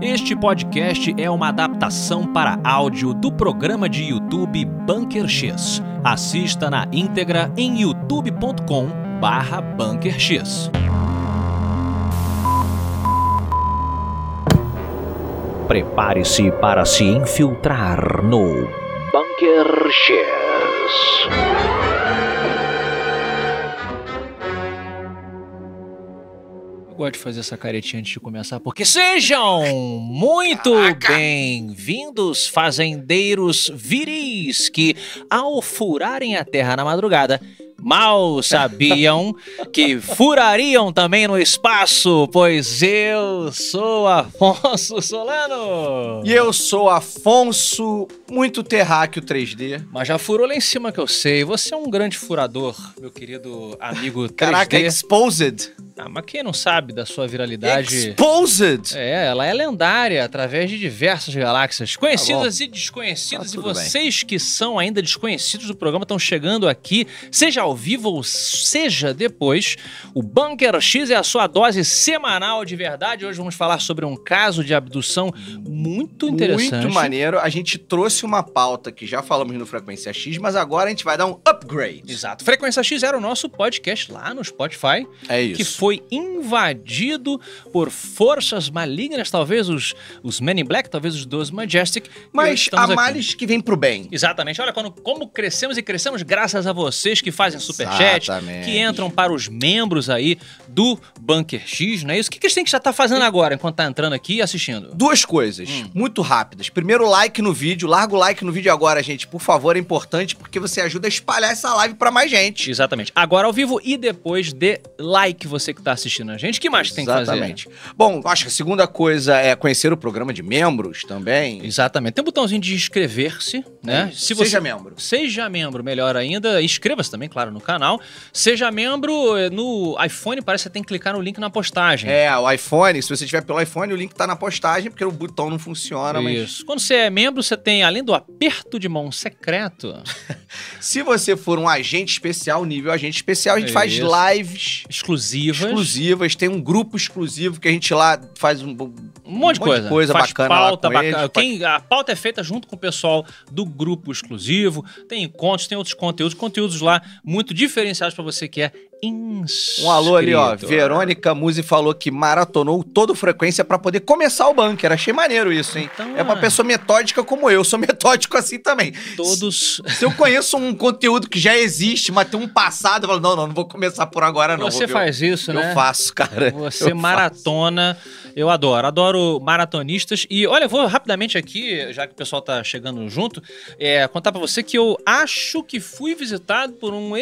Este podcast é uma adaptação para áudio do programa de YouTube Bunker X. Assista na íntegra em youtube.com barra Bunker X. Prepare-se para se infiltrar no Bunker X. Eu gosto de fazer essa caretinha antes de começar, porque sejam muito bem-vindos, fazendeiros viris, que ao furarem a terra na madrugada, mal sabiam que furariam também no espaço, pois eu sou Afonso Solano. E eu sou Afonso, muito terráqueo 3D. Mas já furou lá em cima que eu sei. Você é um grande furador, meu querido amigo 3D. Caraca, exposed. Ah, mas quem não sabe da sua viralidade? Exposed! É, ela é lendária através de diversas galáxias, conhecidas e Tá desconhecidas. e tudo bem. vocês que são ainda desconhecidos do programa estão chegando aqui, seja ao vivo ou seja depois. O Bunker X é a sua dose semanal de verdade. Hoje vamos falar sobre um caso de abdução muito interessante. Muito maneiro. A gente trouxe uma pauta que já falamos no Frequência X, mas agora a gente vai dar um upgrade. Exato. Frequência X era o nosso podcast lá no Spotify. É que foi invadido por forças malignas, talvez os, os Men in Black, talvez os dos Majestic. e hoje mas estamos há aqui. males que vem pro bem. Exatamente. Olha quando- como crescemos e crescemos graças a vocês que fazem superchat, Exatamente. que entram para os membros aí do Bunker X, não é isso? O que, que eles têm que já estar fazendo agora, enquanto tá entrando aqui e assistindo? Duas coisas, Hum. muito rápidas. Primeiro, like no vídeo. Larga o like no vídeo agora, gente. Por favor, é importante porque você ajuda a espalhar essa live pra mais gente. Exatamente. Agora ao vivo e depois dê like você que está assistindo a gente. O que mais que tem que fazer? Exatamente. Bom, acho que a segunda coisa é conhecer o programa de membros também. Exatamente. Tem um botãozinho de inscrever-se, né? Se você É Seja membro. Seja membro, melhor ainda, inscreva-se também, claro, no canal. Seja membro eh, no iPhone, parece que você tem que clicar no link na postagem. É, o iPhone, se você tiver pelo iPhone, o link tá na postagem, porque o botão não funciona, mas. Isso. Quando você é membro, você tem, além do aperto de mão secreto, Se você for um agente especial, nível agente especial, a gente faz Isso. lives exclusivas, exclusivas, tem um grupo exclusivo que a gente lá faz um. um monte de um monte de coisa. coisa bacana lá pauta com eles, bacana. Quem- a pauta é feita junto com o pessoal do grupo exclusivo. Tem encontros, tem outros conteúdos, conteúdos lá muito diferenciados pra você que é inscrito. Um alô ali, ó. é. Verônica Musi falou que maratonou todo frequência pra poder começar o bunker. Achei maneiro isso, hein? Então, É uma pessoa metódica como eu, eu sou metódico assim também. Todos Se eu conheço um conteúdo que já existe, mas tem um passado, eu falo, não, não, não vou começar por agora, não. Você vou ver o- faz isso, eu né? faço, cara. Você Eu maratona. Eu adoro, adoro maratonistas. E olha, eu vou rapidamente aqui, já que o pessoal tá chegando junto, é, contar pra você que eu acho que fui visitado por um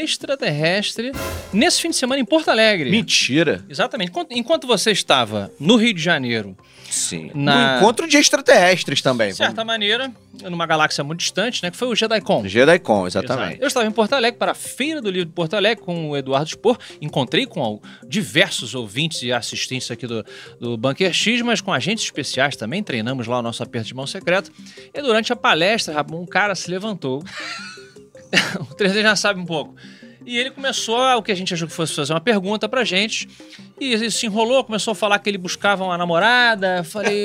extraterrestre nesse fim de semana em Porto Alegre. Mentira. Exatamente. Enquanto- Enquanto você estava no Rio de Janeiro, Sim. Na- No encontro de extraterrestres também. de certa maneira, numa galáxia muito distante, né? Que foi o JediCon. Vamos... JediCon, Exato. exatamente. Eu estava em Porto Alegre para a Feira do Livro de Porto Alegre com o Eduardo Spor. Encontrei com al- diversos ouvintes e assistentes aqui do, do Bunker X, mas com agentes especiais também. Treinamos lá o nosso aperto de mão secreto. E durante a palestra, Rabum, um cara se levantou. o 3D já sabe um pouco. E ele começou, a- o que a gente achou que fosse fazer uma pergunta pra gente. E ele se enrolou, começou a falar que ele buscava uma namorada. Eu Falei,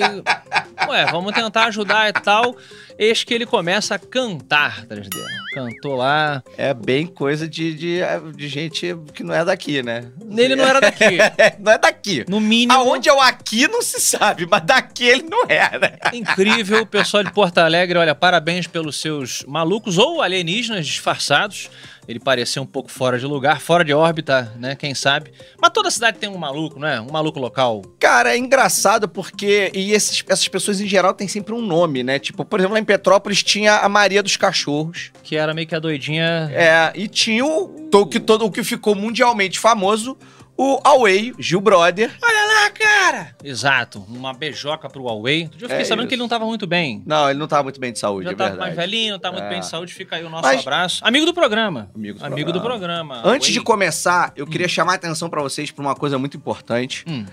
ué, vamos tentar ajudar e tal. Eis que ele começa a cantar, 3D. Cantou lá. É bem coisa de, de, de gente que não é daqui, né? Ele não era daqui. É, não é daqui. No mínimo, Aonde é o aqui não se sabe, mas daqui ele não é, né? incrível. O pessoal de Porto Alegre, olha, parabéns pelos seus malucos ou alienígenas disfarçados. Ele parecia um pouco fora de lugar, fora de órbita, né? Quem sabe. Mas toda cidade tem um maluco, né? Um maluco local. Cara, é engraçado porque. E esses- essas pessoas em geral têm sempre um nome, né? Tipo, por exemplo, lá em Petrópolis tinha a Maria dos Cachorros. que era meio que a doidinha. É, e tinha o, to- que todo, o que ficou mundialmente famoso, o Away, Gil Brother. Olha lá, cara! Exato, uma beijoca pro Huawei. Outro dia Eu fiquei É sabendo isso. que ele não tava muito bem. Não, ele não tava muito bem de saúde, Já é tá verdade. mais velhinho, não tá muito É. bem de saúde, fica aí o nosso Mas- abraço. Amigo do programa. Amigo do Amigo do programa. programa. Hum. Antes de Huawei. começar, eu queria chamar a atenção pra vocês pra uma coisa muito importante. Hum.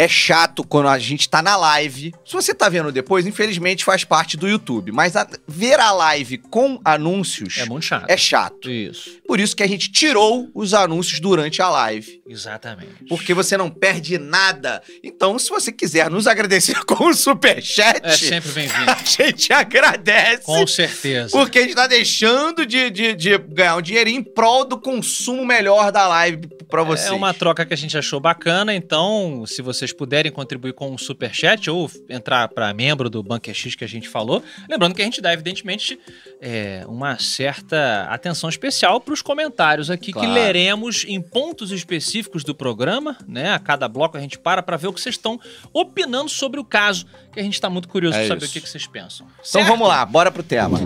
É chato fato, quando a gente tá na live, se você tá vendo depois, infelizmente faz parte do YouTube. Mas a- ver a live com anúncios É muito chato. é chato. Isso. Por isso que a gente tirou os anúncios durante a live. Exatamente. Porque você não perde nada. Então, se você quiser nos agradecer com o superchat, É sempre bem-vindo. a gente agradece. Com certeza. Porque a gente tá deixando de, de- de ganhar um dinheirinho em prol do consumo melhor da live pra vocês. É uma troca que a gente achou bacana, então se vocês puderem contribuir com um superchat ou entrar para membro do Bunker X que a gente falou, lembrando que a gente dá, evidentemente, é, uma certa atenção especial para os comentários aqui Claro. que leremos em pontos específicos do programa, né? A cada bloco a gente para para ver o que vocês estão opinando sobre o caso, que a gente está muito curioso É pra saber isso. o que, que vocês pensam. Então vamos lá, bora pro tema.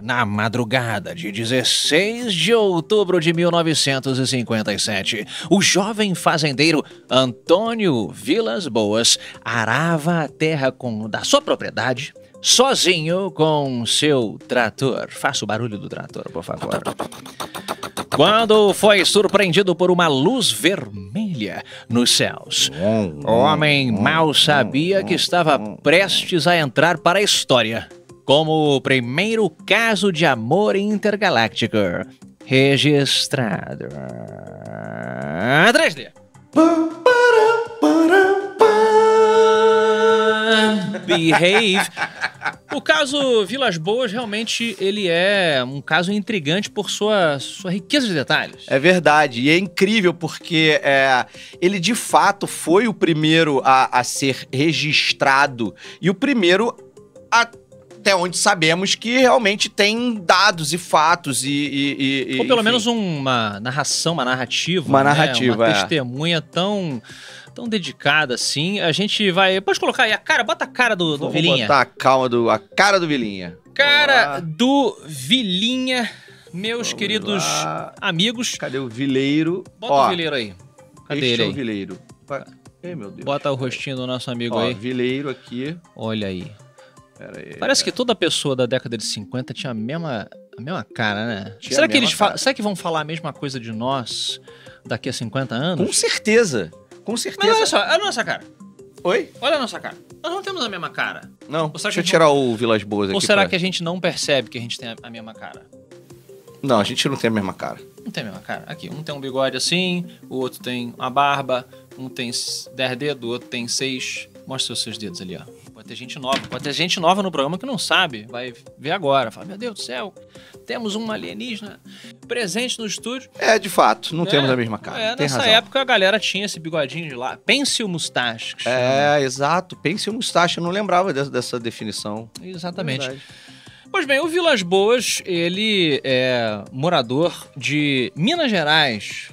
Na madrugada de 16 de outubro de 1957, o jovem fazendeiro Antônio Vilas Boas arava a terra com, da sua propriedade sozinho com seu trator. Faça o barulho do trator, por favor. Quando foi surpreendido por uma luz vermelha nos céus. O homem mal sabia que estava prestes a entrar para a história como o primeiro caso de amor intergaláctico registrado. 3D. Behave. O caso Vilas Boas realmente ele é um caso intrigante por sua, sua riqueza de detalhes. É verdade. E é incrível porque é, ele de fato foi o primeiro a, a ser registrado e o primeiro a- Até onde sabemos que realmente tem dados e fatos e. e- e- Ou pelo enfim. menos uma narração, uma narrativa. Uma né? narrativa, Uma é. testemunha tão, tão dedicada assim. A gente vai. Pode colocar aí a cara, bota a cara do, do Vamos Vilinha. botar a calma do. A cara do Vilinha. Cara Vamos do Vilinha, meus Vamos queridos lá. amigos. Cadê o vileiro? Bota o vileiro aí. Cadê este ele é o aí? Tá. vileiro. Pa- Ei, meu Deus. Bota o rostinho do nosso amigo Ó, É. aí. vileiro aqui. Olha aí. Pera aí. Parece que toda pessoa da década de 50 tinha a mesma, a mesma cara, né? Tinha a será, que mesma eles fa- cara. será que vão falar a mesma coisa de nós daqui a 50 Com anos? certeza. Com Mas olha certeza. só, olha a nossa cara. Oi? Olha a nossa cara. Nós não temos a mesma cara. Não. Ou será Deixa eu que- tirar o Vilas Boas aqui. Ou será pra- que a gente não percebe que a gente tem a- a mesma cara? é- Não, a gente não tem a mesma cara. Não tem a mesma cara. Aqui, um tem um bigode assim, o outro tem uma barba, um tem s- 10 dedos, o outro tem 6. Mostra os seus dedos ali, ó. Pode ter gente nova. Pode ter gente nova no programa que não sabe. Vai ver agora. Fala, meu Deus do céu, temos um alienígena presente no estúdio. É, de fato, não É, temos a mesma cara. é, tem nessa razão. época a galera tinha esse bigodinho de lá. Pense o mustache. que chama. É, exato. Pense em mustache, eu não lembrava dessa, dessa definição. Exatamente. Verdade. Pois bem, o Vilas Boas, ele é morador de Minas Gerais,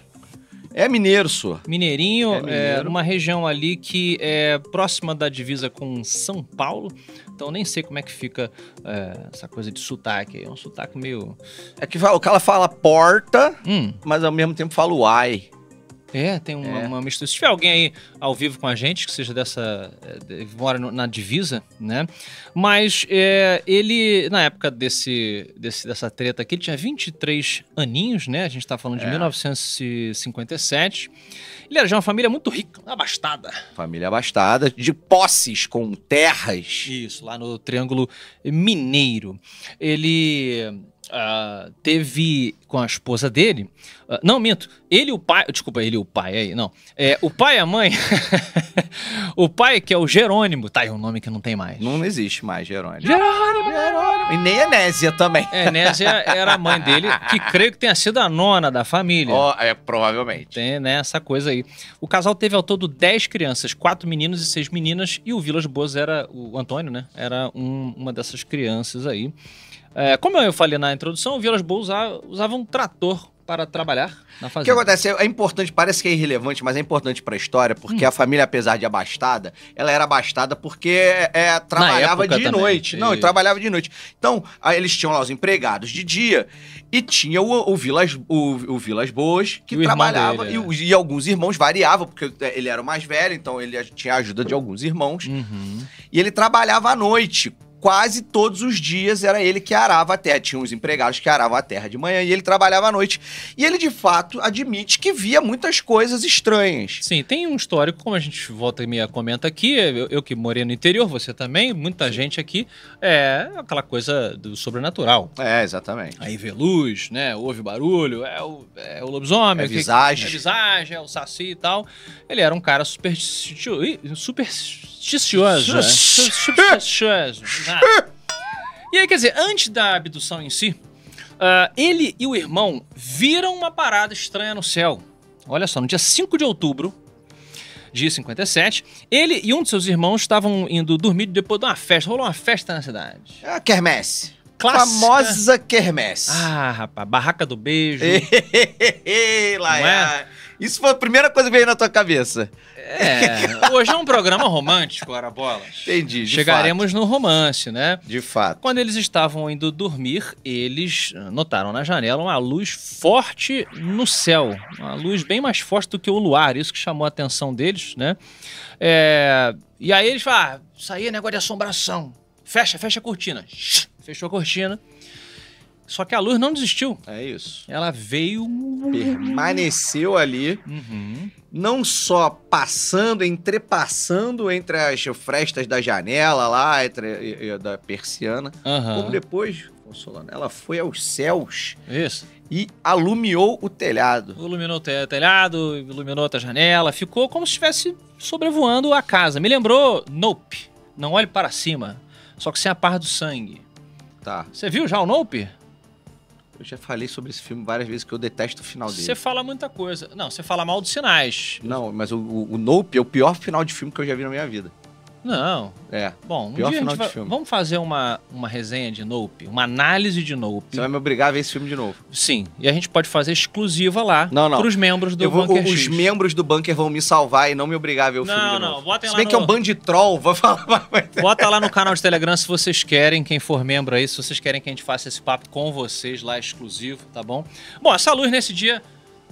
É mineiro, senhor. Mineirinho, É mineiro. é, numa região ali que é próxima da divisa com São Paulo. Então nem sei como é que fica é, essa coisa de sotaque aí. É um sotaque meio. É que fala- o cara fala porta, Hum, mas ao mesmo tempo fala uai. é, tem uma, É. uma mistura. Se tiver alguém aí ao vivo com a gente, que seja dessa. é, de- que mora no- na divisa, né? Mas é, ele, na época desse, desse- dessa treta aqui, ele tinha 23 aninhos, né? A gente tá falando de É. 1957. Ele era de uma família muito rica, abastada. Família abastada, de posses com terras. Isso, lá no Triângulo Mineiro. Ele ah, teve com a esposa dele. ah, não, minto. Ele e o pai. Desculpa, ele e o pai aí, não. É, o pai e a mãe. o pai, que é o Jerônimo. Tá aí um nome que não tem mais. Não existe mais, Jerônimo. Jerônimo! Jerônimo. E nem Enésia também. É, Nésia era a mãe dele, que creio que tenha sido a nona da família. Ó, é, provavelmente. Tem, né, essa coisa aí. O casal teve ao todo 10 crianças, quatro meninos e seis meninas, e o Vilas Boas era, o Antônio, né, era um- uma dessas crianças aí. É, como eu falei na introdução, o Vilas Boas usa- usava um trator para trabalhar na O que fazenda. acontece? É importante, parece que é irrelevante, mas é importante pra história, porque Hum. a família, apesar de abastada, ela era abastada porque é, trabalhava época de também, noite. Não, e isso. trabalhava de noite. Então, aí eles tinham lá os empregados de dia e tinha o, o Vilas o, o Vilas Boas, que E o irmão trabalhava, dele, é. e, os- e alguns irmãos variavam, porque é, ele era o mais velho, então ele tinha a ajuda de alguns irmãos. Uhum. E ele trabalhava à noite, quase todos os dias era ele que arava a terra. Tinha uns empregados que aravam a terra de manhã e ele trabalhava à noite. E ele, de fato, admite que via muitas coisas estranhas. Sim, tem um histórico, como a gente volta e meia comenta aqui, eu, eu que morei no interior, você também, muita gente aqui, é aquela coisa do sobrenatural. É, exatamente. Aí vê luz, né? Ouve barulho, é o, é o lobisomem. É o que- visagem. É visagem, é o saci e tal. Ele era um cara supersticio- ih, supersticioso. né? Sus- Supersticioso. exato. E aí, quer dizer, antes da abdução em si, ah, ele e o irmão viram uma parada estranha no céu. Olha só, no dia 5 de outubro de 57, ele e um de seus irmãos estavam indo dormir depois de uma festa. Rolou uma festa na cidade. É a quermesse. Clássica. Famosa quermesse. Ah, rapaz, barraca do beijo. É. Ei, Laia. é. Isso foi a primeira coisa que veio na tua cabeça. É, hoje é um programa romântico, Arabolas. Entendi. De Chegaremos no romance, né? Fato. De fato. Quando eles estavam indo dormir, eles ah, notaram na janela uma luz forte no céu. Uma luz bem mais forte do que o luar, isso que chamou a atenção deles, né? É, E aí eles falaram: ah, isso aí é negócio de assombração. Fecha, fecha a cortina. Fechou a cortina. Só que a luz não desistiu. É isso. Ela veio. Uhum. Permaneceu ali, Uhum. não só passando, entrepassando entre as frestas da janela lá, entre e- e da persiana, como Aham. depois, Consolando, ela foi aos céus Isso. e alumiou o telhado. Iluminou o te- telhado, iluminou outra janela, ficou como se estivesse sobrevoando a casa. Me lembrou Nope, Não Olhe Para Cima, só que sem a par do sangue. Tá. Você viu já o Nope? Eu já falei sobre esse filme várias vezes que eu detesto o final dele. Você fala muita coisa. Não, você fala mal dos sinais. Não, mas o, o, o Nope é o pior final de filme que eu já vi na minha vida. Não. É. Bom, um Pior dia a final gente de vai... filme. vamos fazer uma, uma resenha de Nope, uma análise de Nope. Você vai me obrigar a ver esse filme de novo. Sim, e a gente pode fazer exclusiva lá Não, não. para os membros do Eu vou- Bunker os X. membros do bunker vão me salvar e não me obrigar a ver o filme Não, de novo. não, botem Se lá bem no... que é um bando de troll, vai falar. vai- Bota lá no canal de Telegram se vocês querem, quem for membro aí, se vocês querem que a gente faça esse papo com vocês lá exclusivo, tá bom? Bom, essa luz nesse dia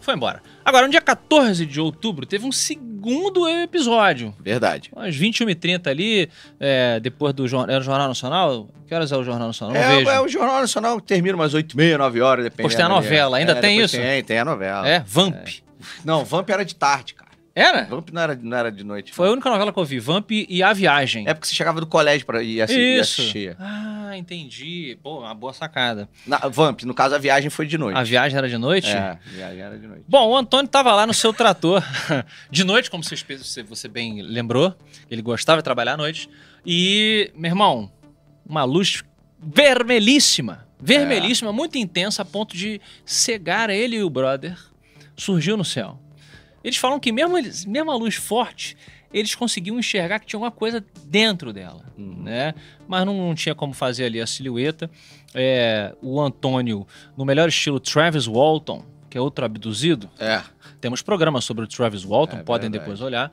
foi embora. Agora, no dia 14 de outubro, teve um segundo episódio. Verdade. Umas 21h30 ali, é, depois do jornal, era o Jornal Nacional. Que horas é o Jornal Nacional? Não É, vejo. é, o Jornal Nacional termina umas 8 e meia, 9 horas, depende. Depois tem a novela, ainda tem isso? É, Tem, tem a novela. É, Vamp. Não, Vamp era de tarde, cara. Era? Vamp não era, não era de noite. Foi a não. única novela que eu vi, Vamp e A Viagem. É porque você chegava do colégio pra ir assi- e Isso. assistia. Ah, entendi. Pô, uma boa sacada. Na, Vamp, no caso, a viagem foi de noite. A viagem era de noite? É, a viagem era de noite. Bom, o Antônio estava lá no seu trator de noite, como vocês- você, você bem lembrou. Ele gostava de trabalhar à noite. E, meu irmão, uma luz vermelhíssima. Vermelhíssima, muito intensa, a ponto de cegar ele e o brother. Surgiu no céu. Eles falam que mesmo, eles, mesmo a luz forte, eles conseguiam enxergar que tinha alguma coisa dentro dela Uhum. né? Mas não, não tinha como fazer ali a silhueta. É, o Antônio, no melhor estilo Travis Walton, que é outro abduzido, É. temos programas sobre o Travis Walton, É podem verdade. depois olhar.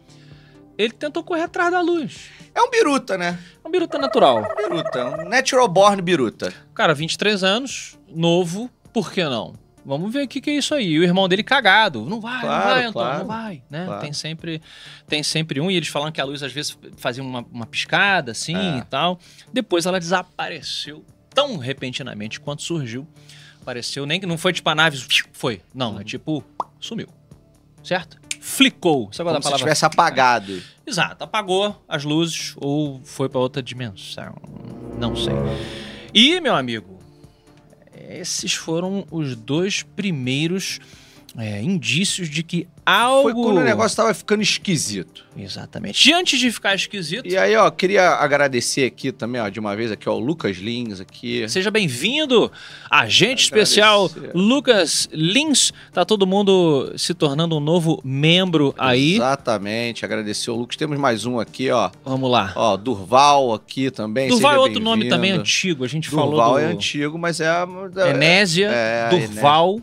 Ele tentou correr atrás da luz. É um biruta, né? É um biruta natural. Biruta. Um natural born biruta. Cara, 23 anos, novo, por que não? Vamos ver o que, que é isso aí. E o irmão dele cagado. Não vai, Claro, não vai, Antônio, claro, não vai. Né? claro. Tem, sempre, tem sempre um. E eles falaram que a luz às vezes fazia uma, uma piscada assim É. e tal. Depois ela desapareceu tão repentinamente quanto surgiu. Apareceu, nem que não foi tipo a nave. Foi. Não, Uhum. é tipo, sumiu. Certo? Flicou. Sabe qual é a Como se palavra? tivesse apagado. Exato, apagou as luzes ou foi para outra dimensão. Não sei. E, meu amigo, esses foram os dois primeiros é, indícios de que algo. Foi quando o negócio tava ficando esquisito. Exatamente. E antes de ficar esquisito, E aí, ó, queria agradecer aqui também, ó, de uma vez aqui, ó, o Lucas Lins aqui. Seja bem-vindo, agente Agradecer. especial Lucas Lins. Tá todo mundo se tornando um novo membro aí. Exatamente, agradecer o Lucas. Temos mais um aqui, ó. Vamos lá. Ó, Durval aqui também. Durval é seja outro nome bem-vindo. também antigo. A gente Durval falou do né? é antigo, mas é, é, Enésia. é, Durval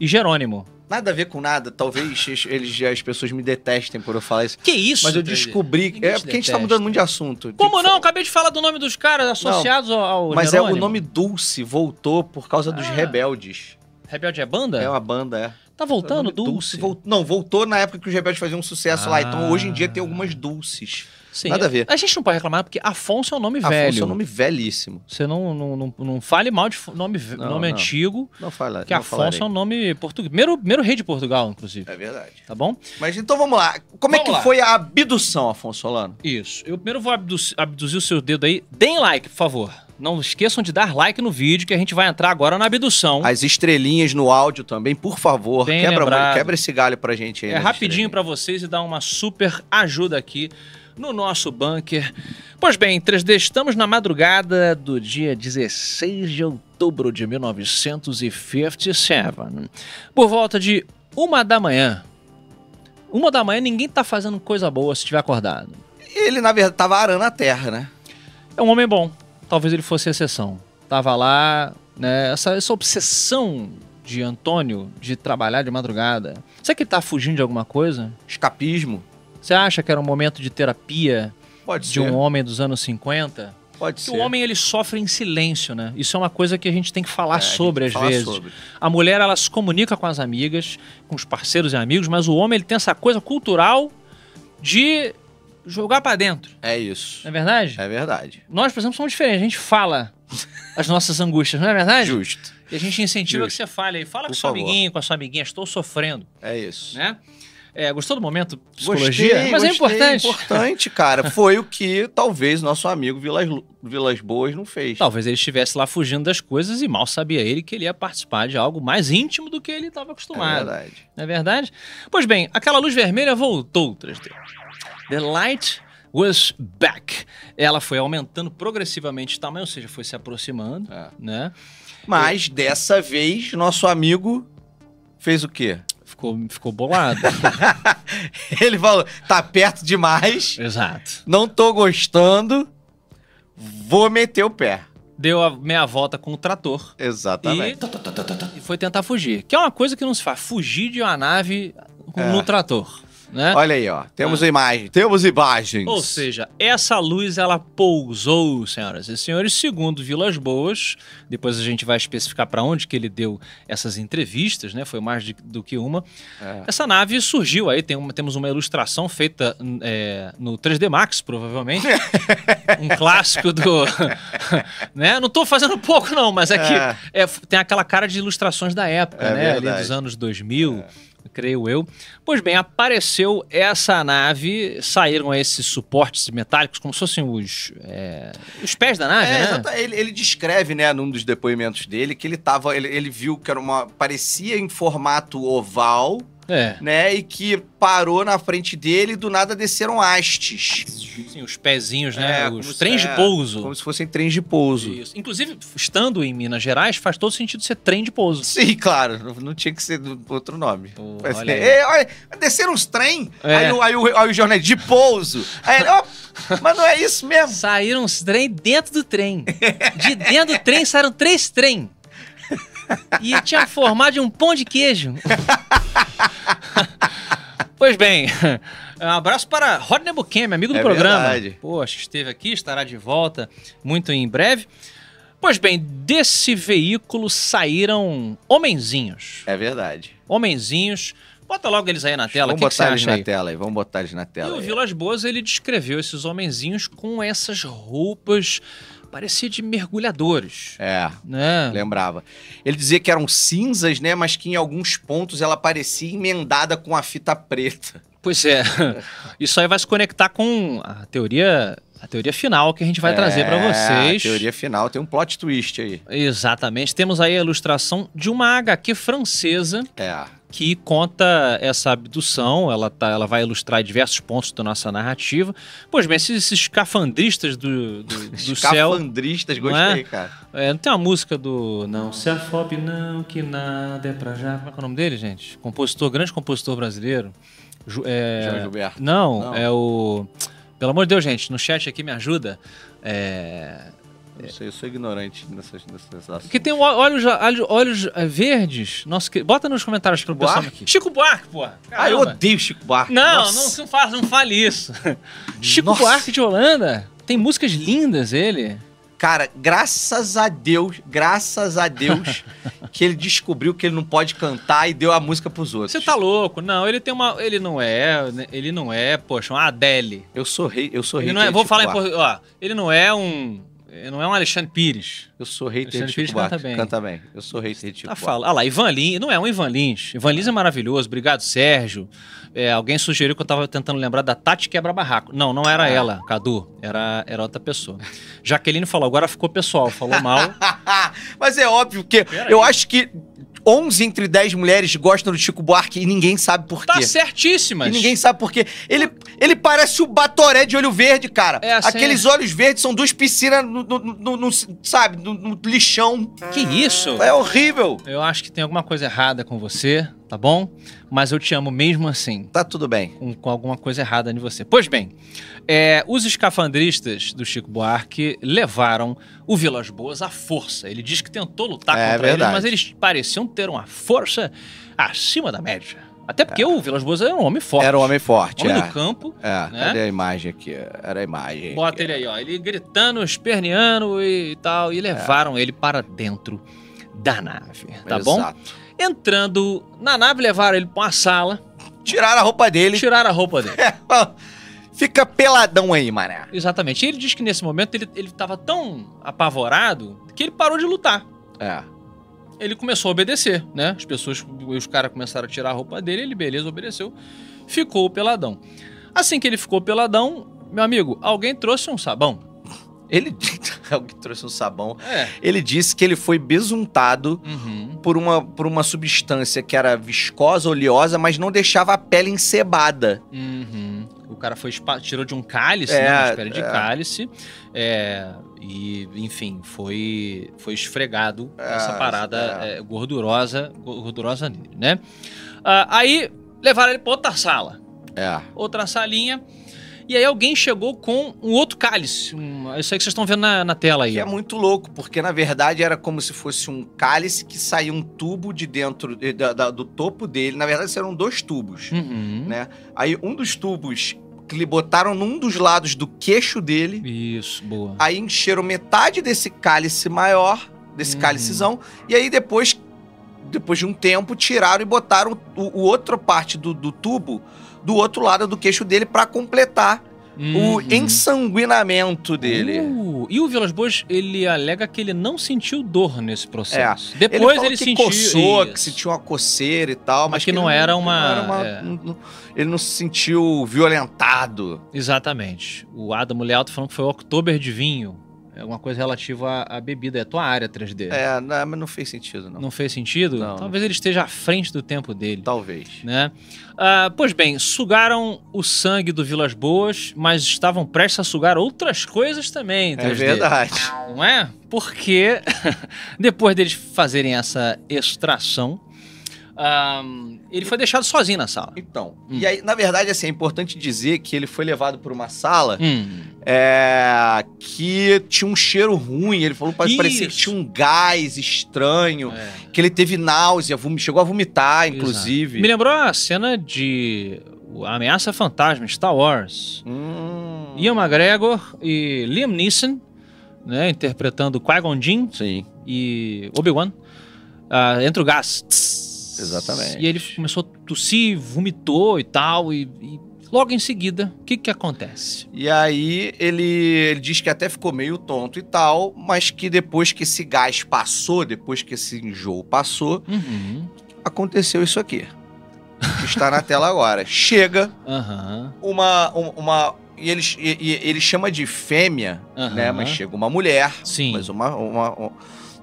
e Jerônimo. Nada a ver com nada. Talvez es- eles, as pessoas me detestem por eu falar isso. Que isso? Mas eu Thaís? descobri. Ninguém É te porque a gente detesta. tá mudando muito de assunto. Como Tem que não? Acabei de falar do nome dos caras associados ao ao Mas é Jerônimo. o nome Dulce voltou por causa dos Ah. Rebeldes. Rebelde é banda? É uma banda, é. Tá O voltando, nome Dulce? vol- Não, voltou na época que os Rebeldes faziam um sucesso lá. Então Ah. hoje em dia tem algumas Dulces. Sim. Nada a ver. A gente não pode reclamar porque Afonso é um nome Afonso velho. é um nome velhíssimo. Você não, não, não, não fale mal de f- nome, ve- Não, nome não. antigo, Não fala. que não Afonso falarei. é um nome português. Primeiro, primeiro rei de Portugal, inclusive. É verdade. Tá bom? Mas então vamos lá. Como é Vamos que lá. foi a abdução, Afonso Solano? Isso. Eu primeiro vou abdu- abduzir o seu dedo aí. Deem like, por favor. Não esqueçam de dar like no vídeo, que a gente vai entrar agora na abdução. As estrelinhas no áudio também, por favor. Bem Quebra, lembrado. quebra esse galho pra gente aí. É nas rapidinho estrelinhas. pra vocês e dar uma super ajuda aqui no nosso bunker. Pois bem, 3D, estamos na madrugada do dia 16 de outubro de 1957. Por volta de uma da manhã. Uma da manhã ninguém tá fazendo coisa boa se tiver acordado. Ele, na verdade, tava arando a terra, né? É um homem bom. Talvez ele fosse exceção. Tava lá, né? Essa, essa obsessão de Antônio de trabalhar de madrugada. Será que ele tá fugindo de alguma coisa? Escapismo. Você acha que era um momento de terapia Pode de ser. um homem dos anos 50? Pode Que ser. o homem ele sofre em silêncio, né? Isso é uma coisa que a gente tem que falar É, a gente sobre às fala vezes. sobre. A mulher ela se comunica com as amigas, com os parceiros e amigos, mas o homem ele tem essa coisa cultural de jogar pra dentro, É isso. não é verdade? É verdade. Nós, por exemplo, somos diferentes. A gente fala as nossas angústias, não é verdade? Justo. E a gente incentiva Justo. que você fale aí. Fala com Por seu favor. amiguinho, com a sua amiguinha, estou sofrendo, É isso. né? É, gostou do momento psicologia? Gostei, mas é gostei, importante. importante, cara. Foi o que talvez nosso amigo Vilas, Lu- Vilas Boas não fez. É Talvez ele estivesse lá fugindo das coisas e mal sabia ele que ele ia participar de algo mais íntimo do que ele estava é acostumado. verdade. não é verdade? Pois bem, aquela luz vermelha voltou, 3D. The light was back. Ela foi aumentando progressivamente de tamanho, ou seja, foi se aproximando, É. né? Mas dessa vez, nosso amigo fez o quê? Ficou, ficou bolado. Ele falou: tá perto demais, Exato. não tô gostando, vou meter o pé. Deu a meia volta com o trator Exatamente. e, e foi tentar fugir. Que é uma coisa que não se faz, fugir de uma nave com- É. no trator, né? Olha aí, ó. Temos a imagem. Temos imagens. Ou seja, essa luz ela pousou, senhoras e senhores, segundo Vilas Boas. Depois a gente vai especificar para onde que ele deu essas entrevistas, né? Foi mais de- do que uma. É. Essa nave surgiu aí, tem uma- temos uma ilustração feita n- é, no 3D Max, provavelmente. um clássico do. né? Não tô fazendo pouco, não, mas é que É. é, f- tem aquela cara de ilustrações da época, É né? Ali verdade. É. dos anos 2000, creio eu. Pois bem, apareceu essa nave, saíram esses suportes metálicos, como se fossem os, é, os pés da nave, É, né? exata- ele, ele descreve, né, num dos depoimentos dele, que ele tava. Ele, ele viu que era uma. parecia em formato oval, É. né? E que parou na frente dele e do nada desceram hastes. Sim, os pezinhos, né? É, como os se- trens de é, pouso. Como se fossem trens de pouso. Isso. Inclusive, estando em Minas Gerais, faz todo sentido ser trem de pouso. Sim, claro, não, não tinha que ser do- outro nome. Pô, Vai ser, olha aí. "Ei, olha, desceram uns trem, É. aí, o- aí, o- aí o jornal de pouso. Aí ele, ó, mas não é isso mesmo. Saíram os trem dentro do trem. De dentro do trem saíram três trem. E tinha formado de um pão de queijo. pois bem, um abraço para Rodney Buquem, amigo do É programa. verdade. Poxa, esteve aqui, estará de volta muito em breve. Pois bem, desse veículo saíram homenzinhos. É verdade. Homenzinhos. Bota logo eles aí na tela. O vamos que, que você botar eles acha na aí? tela aí, vamos botar eles na E tela. o aí. Vilas Boas, ele descreveu esses homenzinhos com essas roupas, parecia de mergulhadores, É, né? lembrava. Ele dizia que eram cinzas, né, mas que em alguns pontos ela parecia emendada com a fita preta. Pois é, isso aí vai se conectar com a teoria, a teoria final que a gente vai trazer para É, vocês. A teoria final tem um plot twist aí. Exatamente, temos aí a ilustração de uma HQ francesa É. que conta essa abdução, ela, tá, ela vai ilustrar diversos pontos da nossa narrativa. Pois bem, esses, esses escafandristas do, do, do céu... Escafandristas, Não gostei, cara. É, não tem uma música do. Não se afobe, não, que nada é pra já. Como é que é o nome dele, gente? Compositor, grande compositor brasileiro. Ju- é, João Gilberto. Não, Não. é o. Pelo amor de Deus, gente, no chat aqui me ajuda. É. Não sei, eu sou ignorante nessas, nessas ações. Que tem o ó- olhos, olhos, olhos é, verdes. Nossa, que... bota nos comentários pro pessoal. Buarque? Chico Buarque, pô. Ah, eu odeio Chico Buarque. Não, não, Nossa. não, faz, não fale isso. Chico Nossa. Buarque de Holanda. Tem músicas lindas ele. Cara, graças a Deus, graças a Deus, que ele descobriu que ele não pode cantar e deu a música pros outros. Você tá louco? Não, ele tem uma. Ele não é. Ele não é, poxa, uma Adele. Eu sou rei, eu sou Ele hater não é. de Vou Chico falar em Buarque. português. Ó, ele não é um. Ele não é um Alexandre Pires. Eu sou rei de Alexandre Chico Pires Buarque. canta bem. Canta bem. Eu sou rei de Chico Ah, Buarque. fala. Ah lá, Ivan Lins. Não é um Ivan Lins. Ivan Lins é maravilhoso. Obrigado, Sérgio. É, alguém sugeriu que eu tava tentando lembrar da Tati Quebra Barraco. Não, não era ela, Cadu. Era, era outra pessoa. Jaqueline falou, agora ficou pessoal. Falou mal. Mas é óbvio que Pera eu acho que 11 entre 10 mulheres gostam do Chico Buarque e ninguém sabe por Tá quê. certíssimas. E ninguém sabe por quê. Ele, ele parece o Batoré de olho verde, cara. É, assim- Aqueles olhos verdes são duas piscinas no, no- no- no- sabe, no, no lixão. Que isso? É horrível. Eu acho que tem alguma coisa errada com você, tá bom? Mas eu te amo mesmo assim. Tá tudo bem. com, com alguma coisa errada em você. Pois bem, é, os escafandristas do Chico Buarque levaram o Vilas Boas à força. Ele diz que tentou lutar É contra eles, verdade. mas eles pareciam ter uma força acima da média. Até porque o Vilas Boas era um homem forte. É. Era um homem forte, Homem é. do campo. É, né? cadê a imagem aqui? Era a imagem. Bota ele aí, ó. Ele gritando, esperneando e tal. E levaram ele para dentro da nave, tá bom? Exato. Entrando na nave, levaram ele pra uma sala, Tiraram a roupa dele. tiraram a roupa dele. Fica peladão aí, mané. Exatamente. E ele diz que nesse momento ele, ele tava tão apavorado que ele parou de lutar. É. Ele começou a obedecer, né? As pessoas, os caras começaram a tirar a roupa dele, ele, beleza, obedeceu. Ficou peladão. Assim que ele ficou peladão, meu amigo, alguém trouxe um sabão. Ele alguém trouxe um sabão. É. Ele disse que ele foi besuntado Uhum. por uma, por uma substância que era viscosa, oleosa, mas não deixava a pele encebada. Uhum. O cara foi espa- tirou de um cálice, É, né? Uma espécie de é. cálice. É, e, enfim, foi, foi esfregado É, essa parada é. é, gordurosa, gordurosa nele, né? Ah, aí levaram ele pra outra sala. É. Outra salinha. E aí alguém chegou com um outro cálice. um- isso aí que vocês estão vendo na, na tela aí. Que é ó. muito louco, porque na verdade era como se fosse um cálice que saía um tubo de dentro, eh, da- da- do topo dele. Na verdade, eram dois tubos. Uhum. né? Aí um dos tubos que lhe botaram num dos lados do queixo dele. Isso, boa. Aí encheram metade desse cálice maior, desse Uhum. cállicezão, e aí depois, depois de um tempo, tiraram e botaram o, o outra parte do, do tubo do outro lado do queixo dele pra completar o Uhum. ensanguinamento dele. Uh, e o Vilas Boas, ele alega que ele não sentiu dor nesse processo. É. Ele Depois falou ele, que sentiu. coçou, que Isso. sentiu uma coceira e tal, mas, Mas que não ele era não- uma- não era uma- é. não- ele não se sentiu violentado. Exatamente. O Adam Lealto falando que foi o Oktober de vinho. É alguma coisa relativa à, à bebida. É tua área 3D. É, não, mas não fez sentido, não. Não fez sentido? Não. Tá. Talvez ele esteja à frente do tempo dele. Talvez. Né? Ah, pois bem, sugaram o sangue do Vilas Boas, mas estavam prestes a sugar outras coisas também. 3D. É verdade. Não é? Porque depois deles fazerem essa extração, ah, ele foi deixado sozinho na sala. Então, Hum. e aí, na verdade, assim, é importante dizer que ele foi levado por uma sala Hum. é, que tinha um cheiro ruim. Ele falou que parecia que Isso. tinha um gás estranho, É. que ele teve náusea, vom- chegou a vomitar, Me É, inclusive. lembrou a cena de A Ameaça Fantasma, Star Wars. Hum. Ian McGregor e Liam Neeson, né, interpretando Qui-Gon Jinn Sim. e Obi-Wan. Ah, entra o gás. Exatamente. E ele começou a tossir, vomitou e tal. E, e logo em seguida, o que que acontece? E aí ele, ele diz que até ficou meio tonto e tal, mas que depois que esse gás passou, depois que esse enjoo passou, Uhum. aconteceu isso aqui. que Está na tela agora. Chega Aham. uma. um- uma e ele, ch- e- e- ele chama de fêmea, Aham. né? Mas chega uma mulher. Sim. Mas uma. uma, um-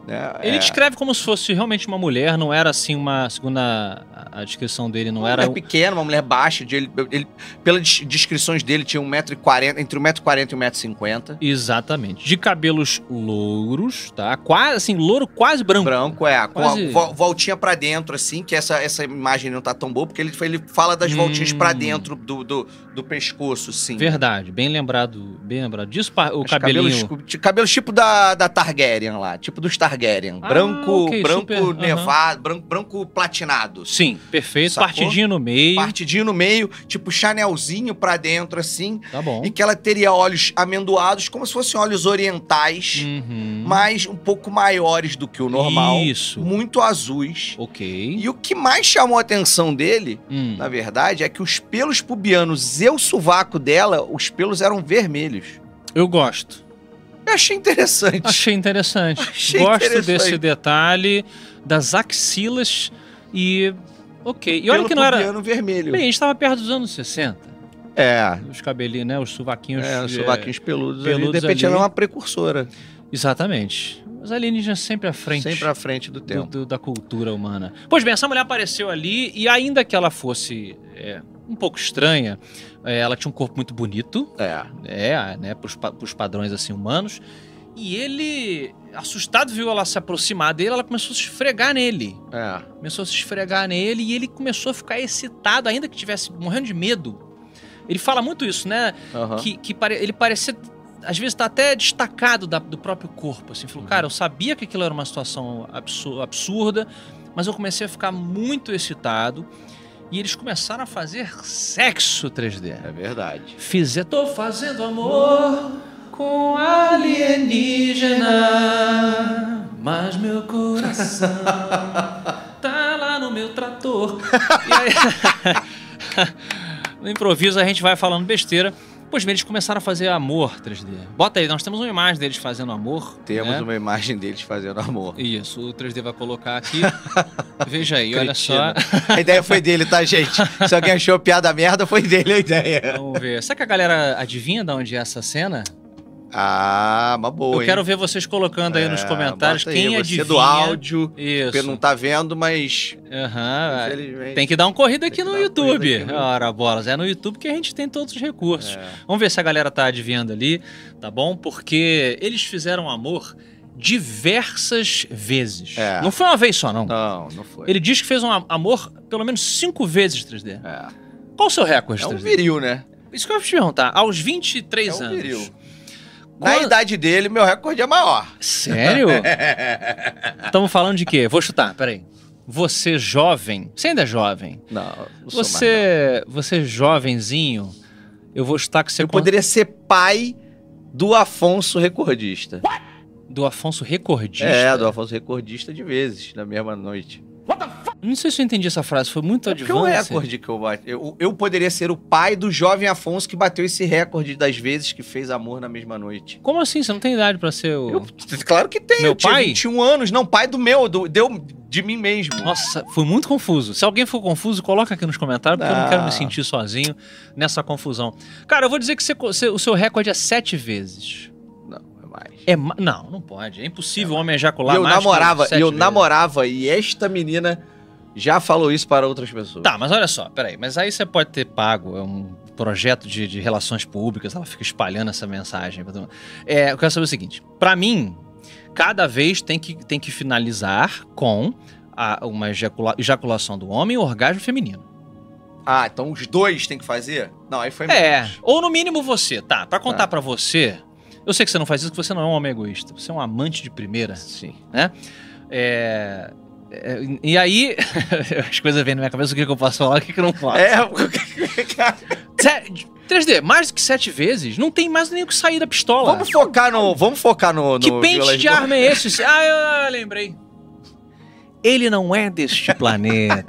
né, Ele é, descreve como se fosse realmente uma mulher, não era assim uma. Segundo a, a descrição dele, não uma era. um mulher pequena, uma mulher baixa. De, ele, ele- pelas des- descrições dele, tinha 1,40m, entre 1,40m e 1,50m. Exatamente. De cabelos louros, tá? Quase, assim, louro quase branco. Branco, é, com Quase- a vo- voltinha pra dentro, assim, que essa, essa imagem não tá tão boa, porque ele, ele fala das Hum. voltinhas pra dentro do, do, do pescoço, sim. Verdade, bem lembrado, bem lembrado disso. pa- O Os cabelinho. cabelos, cabelo tipo da, da Targaryen lá, tipo dos Targaryen. Ah, branco, ok, branco super, aham. nevado, branco, branco platinado. Sim, perfeito. Sacou? Partidinho no meio. Partidinho no meio, tipo Chanelzinho pra dentro, assim. Tá bom. E que ela teria olhos amendoados, como se fossem olhos orientais, Uhum. mas um pouco maiores do que o normal. Isso. Muito azuis. Ok. E o que mais chamou a atenção dele, Hum. na verdade, é que os pelos pubianos e o sovaco dela, os pelos eram vermelhos. Eu gosto. Eu achei interessante. Achei interessante. Achei gosto interessante. desse detalhe das axilas e. Ok. E olha Pelo que não era. pubiano vermelho. Bem, a gente tava perto dos anos 60. é. Os cabelinhos, né? Os sovaquinhos. É, os eh, sovaquinhos peludos, peludos ali. De repente ali. ela é uma precursora. Exatamente. Os alienígenas sempre à frente. Sempre à frente do do- tempo. do- da cultura humana. Pois bem, essa mulher apareceu ali e ainda que ela fosse é, um pouco estranha, é, ela tinha um corpo muito bonito, É. é, né, pros, pa- pros padrões assim humanos. E ele, assustado, viu ela se aproximar dele, ela começou a se esfregar nele. É. Começou a se esfregar nele e ele começou a ficar excitado, ainda que tivesse morrendo de medo. Ele fala muito isso, né? Aham. que, que pare- ele parecia, às vezes, tá até destacado da- do próprio corpo. Assim, falou, Uhum. cara, eu sabia que aquilo era uma situação absu- absurda, mas eu comecei a ficar muito excitado. E eles começaram a fazer sexo 3D. É verdade. Fizer, tô fazendo amor com alienígena, mas meu coração tá lá no meu trator. E aí- no improviso a gente vai falando besteira. Pois bem, eles começaram a fazer amor 3D. Bota aí, nós temos uma imagem deles fazendo amor. Temos né? uma imagem deles fazendo amor. Isso, o 3D vai colocar aqui. Veja aí, olha só. Cretina. A ideia foi dele, tá, gente? Se alguém achou piada merda, foi dele a ideia. Vamos ver. Será que a galera adivinha de onde é essa cena? Ah, uma boa, Eu hein? quero ver vocês colocando aí nos É, comentários bota aí, quem você é adivinha. do áudio, porque Isso. não tá vendo, mas Aham, é. infelizmente... Tem que dar uma corrida aqui que no dar uma corrida YouTube. aqui no YouTube. Ora, bolas. É no YouTube que a gente tem todos os recursos. É. Vamos ver se a galera tá adivinhando ali, tá bom? Porque eles fizeram amor diversas vezes. É. Não foi uma vez só, não. Não, não foi. Ele diz que fez um am- amor pelo menos cinco vezes 3D. É. Qual o seu recorde É um 3D? viril, né? Isso que eu ia te perguntar. Aos 23 é um anos. viril. Na Quan- idade dele, meu recorde é maior. Sério? Estamos falando de quê? Vou chutar, peraí. Você jovem, você ainda é jovem, não, não sou mais, não. você, você jovenzinho, eu vou chutar que você Eu con- poderia ser pai do Afonso recordista. do Afonso Recordista. É, do Afonso recordista de vezes, na mesma noite. Não sei se eu entendi essa frase, foi muito É porque o advanced. recorde que eu bati. Eu, eu poderia ser o pai do jovem Afonso que bateu esse recorde das vezes que fez amor na mesma noite. Como assim? Você não tem idade pra ser o... Eu- claro que tem, Meu eu tinha pai? 21 anos, não, pai do meu, do, deu de mim mesmo. Nossa, foi muito confuso. Se alguém for confuso, coloca aqui nos comentários, porque eu não quero me Ah. sentir sozinho nessa confusão. Cara, eu vou dizer que você co- você- o seu recorde é sete vezes. Não, é mais. É ma- Não, não pode. É impossível o homem ejacular E eu mais que namorava, sete e eu vezes. namorava, e esta menina já falou isso para outras pessoas. Tá, mas olha só, peraí. Mas aí você pode ter pago é um projeto de, de relações públicas, ela fica espalhando essa mensagem. pra todo mundo. É, eu quero saber o seguinte: pra mim, cada vez tem que, tem que finalizar com a- uma ejacula- ejaculação do homem e o orgasmo feminino. Ah, então os dois tem que fazer? Não, aí foi É, menos. ou no mínimo você, tá? Pra contar Tá. pra você, eu sei que você não faz isso, que você não é um homem egoísta, você é um amante de primeira. né? Sim. É. é, e aí, as coisas vêm na minha cabeça, o que, que eu posso falar, o que, que eu não posso. É, Se- 3D, mais que sete vezes, não tem mais nem o que sair da pistola. vamos focar no, vamos focar no, no que pente Violas de Boas. arma é esse? Ah, eu lembrei. Ele não é deste planeta.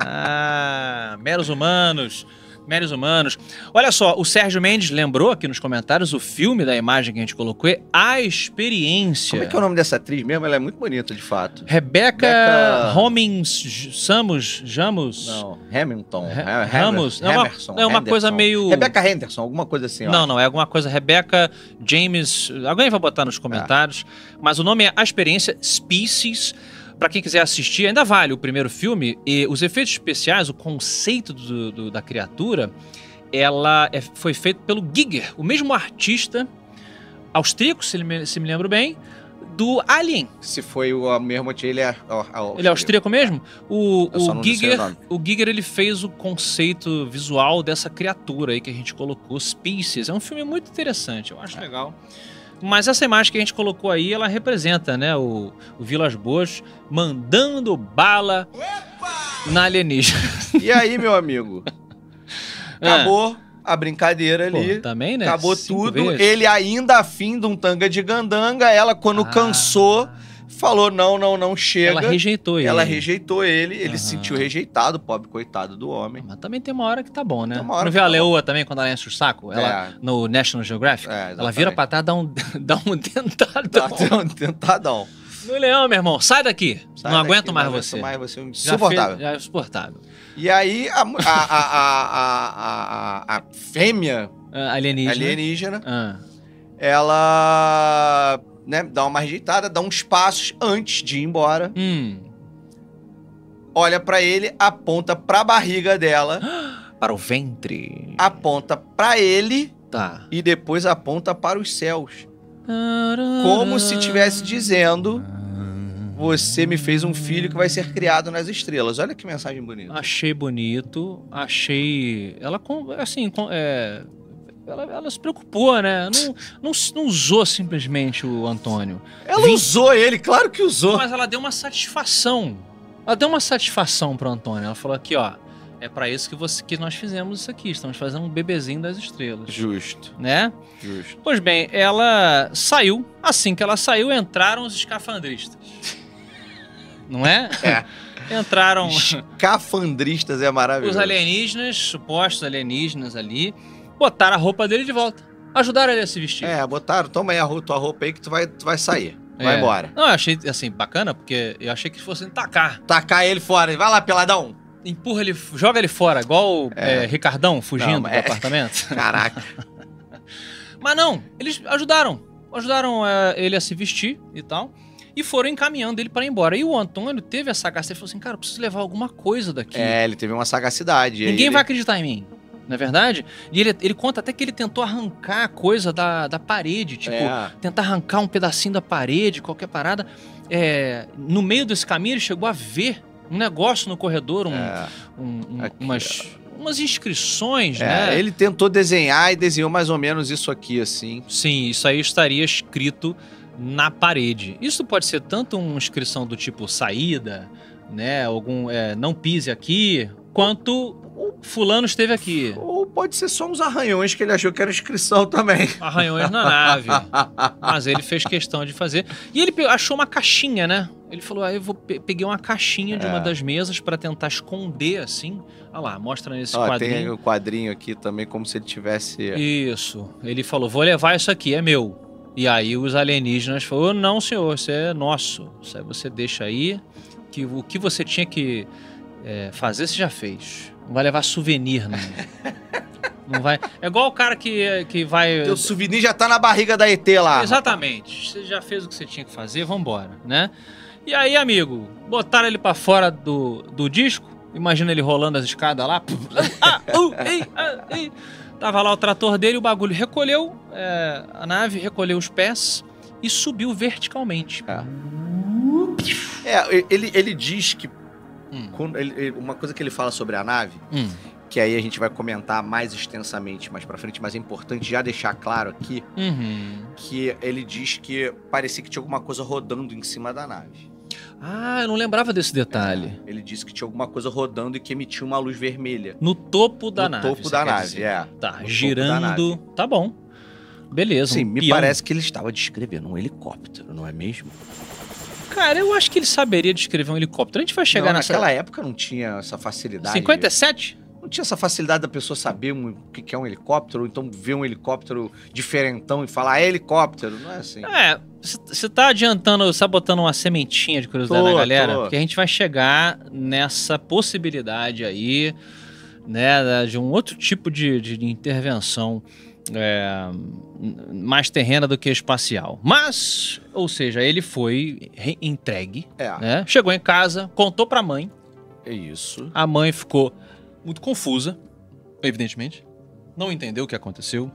Ah, meros humanos. Meros humanos. Olha só, o Sérgio Mendes lembrou aqui nos comentários o filme da imagem que a gente colocou é A Experiência. Como é que é o nome dessa atriz mesmo? Ela é muito bonita, de fato. Rebeca Rebeca- Homings J- Samos Jamos? Não, Hamilton. Ra- Ha- Ramos? Hammer- É uma- Hammerson, é uma Henderson. coisa meio- Rebecca Henderson, alguma coisa assim, ó. Não, não, é alguma coisa. Rebeca, James. Alguém vai botar É. nos comentários. Mas o nome é A Experiência Species. Pra quem quiser assistir, ainda vale o primeiro filme. E os efeitos especiais, o conceito do- do- da criatura, ela é- foi feito pelo Giger, o mesmo artista austríaco, se, ele me- se me lembro bem, do Alien. Se foi o mesmo ele é. ó, ó, Ele é austríaco mesmo? O, Eu só o não sei o Giger, nome. o Giger ele fez o conceito É. visual dessa criatura aí que a gente colocou, Species. É um filme muito interessante, eu acho legal. Mas essa imagem que a gente colocou aí, ela representa, né? O, o Vilas Boas mandando bala na alienígena. E aí, meu amigo? Acabou a brincadeira Ah. ali. Pô, também, né? Acabou Cinco tudo. vezes. Ele ainda afim de um tanga de gandanga. Ela, quando Ah, cansou, falou: não, não, não chega. Ela rejeitou ele. Ela rejeitou ele, ele Aham. se sentiu rejeitado, pobre coitado do homem. Mas também tem uma hora que tá bom, né? Tem uma hora Não que vê a tá leoa também quando ela enche o saco? Tipo, Ela, É, No National Geographic? é, ela vira exatamente. pra trás, dá um, dá um Tá, dentadão. tá um tentadão. No leão, meu irmão, sai daqui. Sai não daqui, aguento mais não você. Aguento mais você, um Já insuportável. fez- Já é insuportável. E aí, a, mu- a, a, a, a, a, a fêmea Ah, alienígena. alienígena, Ah, ela né, dá uma rejeitada, dá uns passos antes de ir embora, hum. olha pra ele, aponta pra barriga dela, Para o ventre. aponta pra ele Tá. e depois aponta para os céus. Como Ah. se estivesse dizendo: Você me fez um filho que vai ser criado nas estrelas. Olha que mensagem bonita. Achei bonito, achei. Ela, com- assim, com- é, ela, ela se preocupou, né? Não, não, não usou simplesmente o Antônio. Ela usou ele, claro que usou. Mas ela deu uma satisfação. Ela deu uma satisfação pro Antônio. Ela falou aqui, ó. É pra isso que, você, que nós fizemos isso aqui. Estamos fazendo um bebezinho das estrelas. Justo, Né? justo. Pois bem, ela saiu. Assim que ela saiu, entraram os escafandristas. Não é? Entraram Cafandristas é maravilhoso. Então, os alienígenas, supostos alienígenas ali, botaram a roupa dele de volta. Ajudaram ele a se vestir. É, botaram, toma aí a roupa, tua roupa aí que tu vai, tu vai sair. Vai É. embora. Não, eu achei assim, bacana, porque eu achei que fossem tacar. Tacar ele fora. Vai lá, peladão. Empurra ele, joga ele fora, igual é, Ricardão fugindo Não, do mas é- apartamento. Caraca. Mas não, eles ajudaram. Ajudaram é, ele a se vestir e tal. E foram encaminhando ele para ir embora. E o Antônio teve essa sagacidade. Ele falou assim: cara, eu preciso levar alguma coisa daqui. é, ele teve uma sagacidade. Ninguém ele... vai acreditar em mim. Não é verdade? E ele, ele conta até que ele tentou arrancar a coisa da, da parede. Tipo, É. tentar arrancar um pedacinho da parede, qualquer parada. É, no meio desse caminho, ele chegou a ver um negócio no corredor, um, é. um- um- Aqui, umas, umas inscrições, É, né? Ele tentou desenhar e desenhou mais ou menos isso aqui, assim. Sim, isso aí estaria escrito na parede. Isso pode ser tanto uma inscrição do tipo saída, né? Algum é, não pise aqui, quanto fulano esteve aqui. Ou pode ser só uns arranhões que ele achou que era inscrição também. Arranhões na nave. Mas ele fez questão de fazer. E ele pe- achou uma caixinha, né? Ele falou: ah, eu vou pe- peguei uma caixinha de uma É. das mesas para tentar esconder assim. Olha lá, mostra nesse Ó, tem quadrinho. o quadrinho aqui também, como se ele tivesse. Isso. Ele falou: vou levar isso aqui, é meu. E aí os alienígenas falaram: "Oh, não, senhor, isso é nosso. Isso aí você deixa aí, que o que você tinha que é, fazer, você já fez. Não vai levar souvenir, não. não vai. É igual o cara que, que vai. Teu souvenir já tá na barriga da ET lá. é, Exatamente. Você já fez o que você tinha que fazer, vambora, né? E aí, amigo, botaram ele pra fora do, do disco. Imagina ele rolando as escadas lá. Ah, uh, ei, ah, ei. Tava lá o trator dele, o bagulho recolheu é, a nave, recolheu os pés e subiu verticalmente. É. É, ele, ele diz que. Hum, quando ele- ele- uma coisa que ele fala sobre a nave, hum, que aí a gente vai comentar mais extensamente mais pra frente, mas é importante já deixar claro aqui uhum. que ele diz que parecia que tinha alguma coisa rodando em cima da nave. né? Ah, eu não lembrava desse detalhe. Ele disse que tinha alguma coisa rodando e que emitiu uma luz vermelha. No topo da no nave. topo você da quer nave, dizer. é. Tá, topo da girando. Tá bom. Beleza. Sim, um Assim, me peão. parece que ele estava descrevendo um helicóptero, não é mesmo? Cara, eu acho que ele saberia descrever um helicóptero. A gente vai chegar Não, nessa. Naquela época não tinha essa facilidade. 57? Não tinha essa facilidade da pessoa saber um- o que que é um helicóptero, ou então ver um helicóptero diferentão e falar, é helicóptero. Não é assim. É, você tá adiantando, sabotando uma sementinha de curiosidade Tô, na galera, tô. porque a gente vai chegar nessa possibilidade aí, né, da- de um outro tipo de, de- de intervenção é, n- mais terrena do que espacial. Mas, ou seja, ele foi re- entregue, É, né, chegou em casa, contou pra mãe, é isso. a mãe ficou muito confusa, evidentemente. Não entendeu o que aconteceu.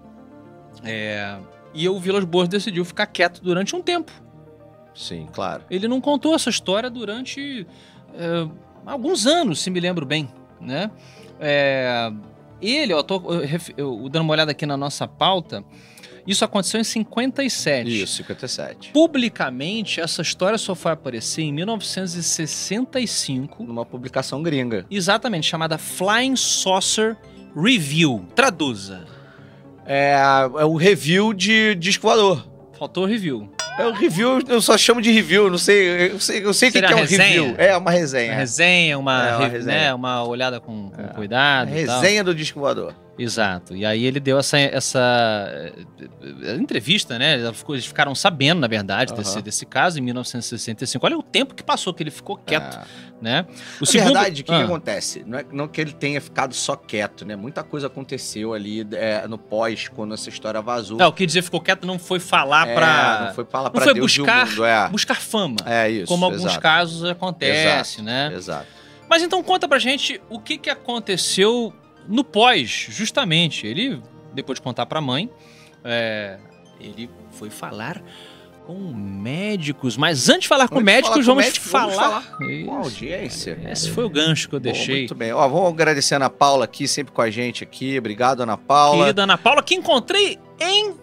É, E o Vilas Boas decidiu ficar quieto durante um tempo. Sim, claro. Ele não contou essa história durante é, alguns anos, se me lembro bem, né? É, Ele, ó, tô eu, ref- eu dando uma olhada aqui na nossa pauta, isso aconteceu em 57. Isso, 57. Publicamente, essa história só foi aparecer em 1965 Numa publicação gringa. Exatamente, chamada Flying Saucer Review. Traduza. É, é o review de disco voador. Faltou review. É o review, eu só chamo de review, não sei, eu sei, eu sei o que, Seria que é um uma resenha? review. É uma resenha. Uma resenha, uma, É, uma re- resenha. né, uma olhada com, com É. cuidado. e tal. resenha do disco voador. Exato. E aí ele deu essa, essa eh, entrevista, né? Ela ficou- Eles ficaram sabendo, na verdade, Aham. desse, desse caso em 1965. Olha o tempo que passou que ele ficou quieto, É. né? O Na verdade, o que, que Ah, acontece? Não, é, não que ele tenha ficado só quieto, né? Muita coisa aconteceu ali é, no pós, quando essa história vazou. é, o que dizer ficou quieto não foi falar É, pra não foi falar não pra foi Deus e o buscar- mundo, é. buscar fama, É isso, como alguns exato, casos acontece, né? Exato. Mas então conta pra gente o que, que aconteceu no pós, justamente. Ele, depois de contar pra mãe, é, ele foi falar com médicos. Mas antes de falar com Antes de médicos, falar com vamos, médico, vamos falar... Com Isso. é, audiência. Esse foi o gancho que eu Bom, deixei. muito bem. Ó, vamos agradecer a Ana Paula aqui, sempre com a gente aqui. Obrigado, Ana Paula. Querida Ana Paula, que encontrei em,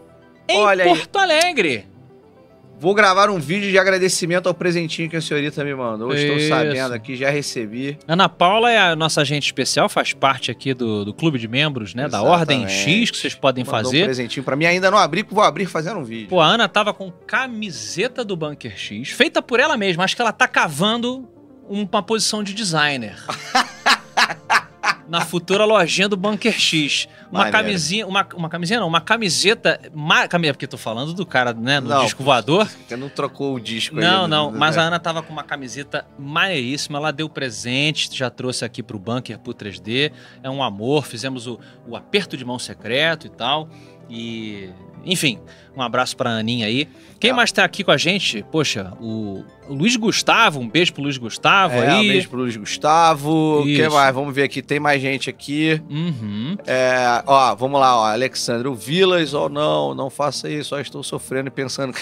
em Olha aí. Porto Alegre. Vou gravar um vídeo de agradecimento ao presentinho que a senhorita me mandou. Estou Isso. sabendo aqui, já recebi. Ana Paula é a nossa agente especial, faz parte aqui do, do clube de membros, né? Da Ordem X, Exatamente. que vocês podem Mandou um fazer. presentinho pra mim. Ainda não abri, vou abrir fazendo um vídeo. Pô, a Ana tava com camiseta do Bunker X, feita por ela mesma. Acho que ela tá cavando uma posição de designer. Na futura lojinha do Bunker X. Uma Maneiro. camisinha. Uma, uma camisinha não, uma camiseta. Ma, cami- porque tô falando do cara, né? No Não. disco voador. Você não trocou o disco aí. Não, né? não. Mas a Ana tava com uma camiseta maneiríssima. Ela deu presente, já trouxe aqui pro Bunker, pro 3D. É um amor. Fizemos o, o aperto de mão secreto e tal. E, enfim, um abraço pra Aninha aí. Quem Tá. mais tá aqui com a gente? Poxa, o, o Luiz Gustavo. Um beijo pro Luiz Gustavo É, um aí. beijo pro Luiz Gustavo. O que Isso. mais? Vamos ver aqui. Tem mais gente aqui. Uhum. É, ó, vamos lá, ó. Alexandre o Vilas, ou não, não faça isso, só estou sofrendo e pensando.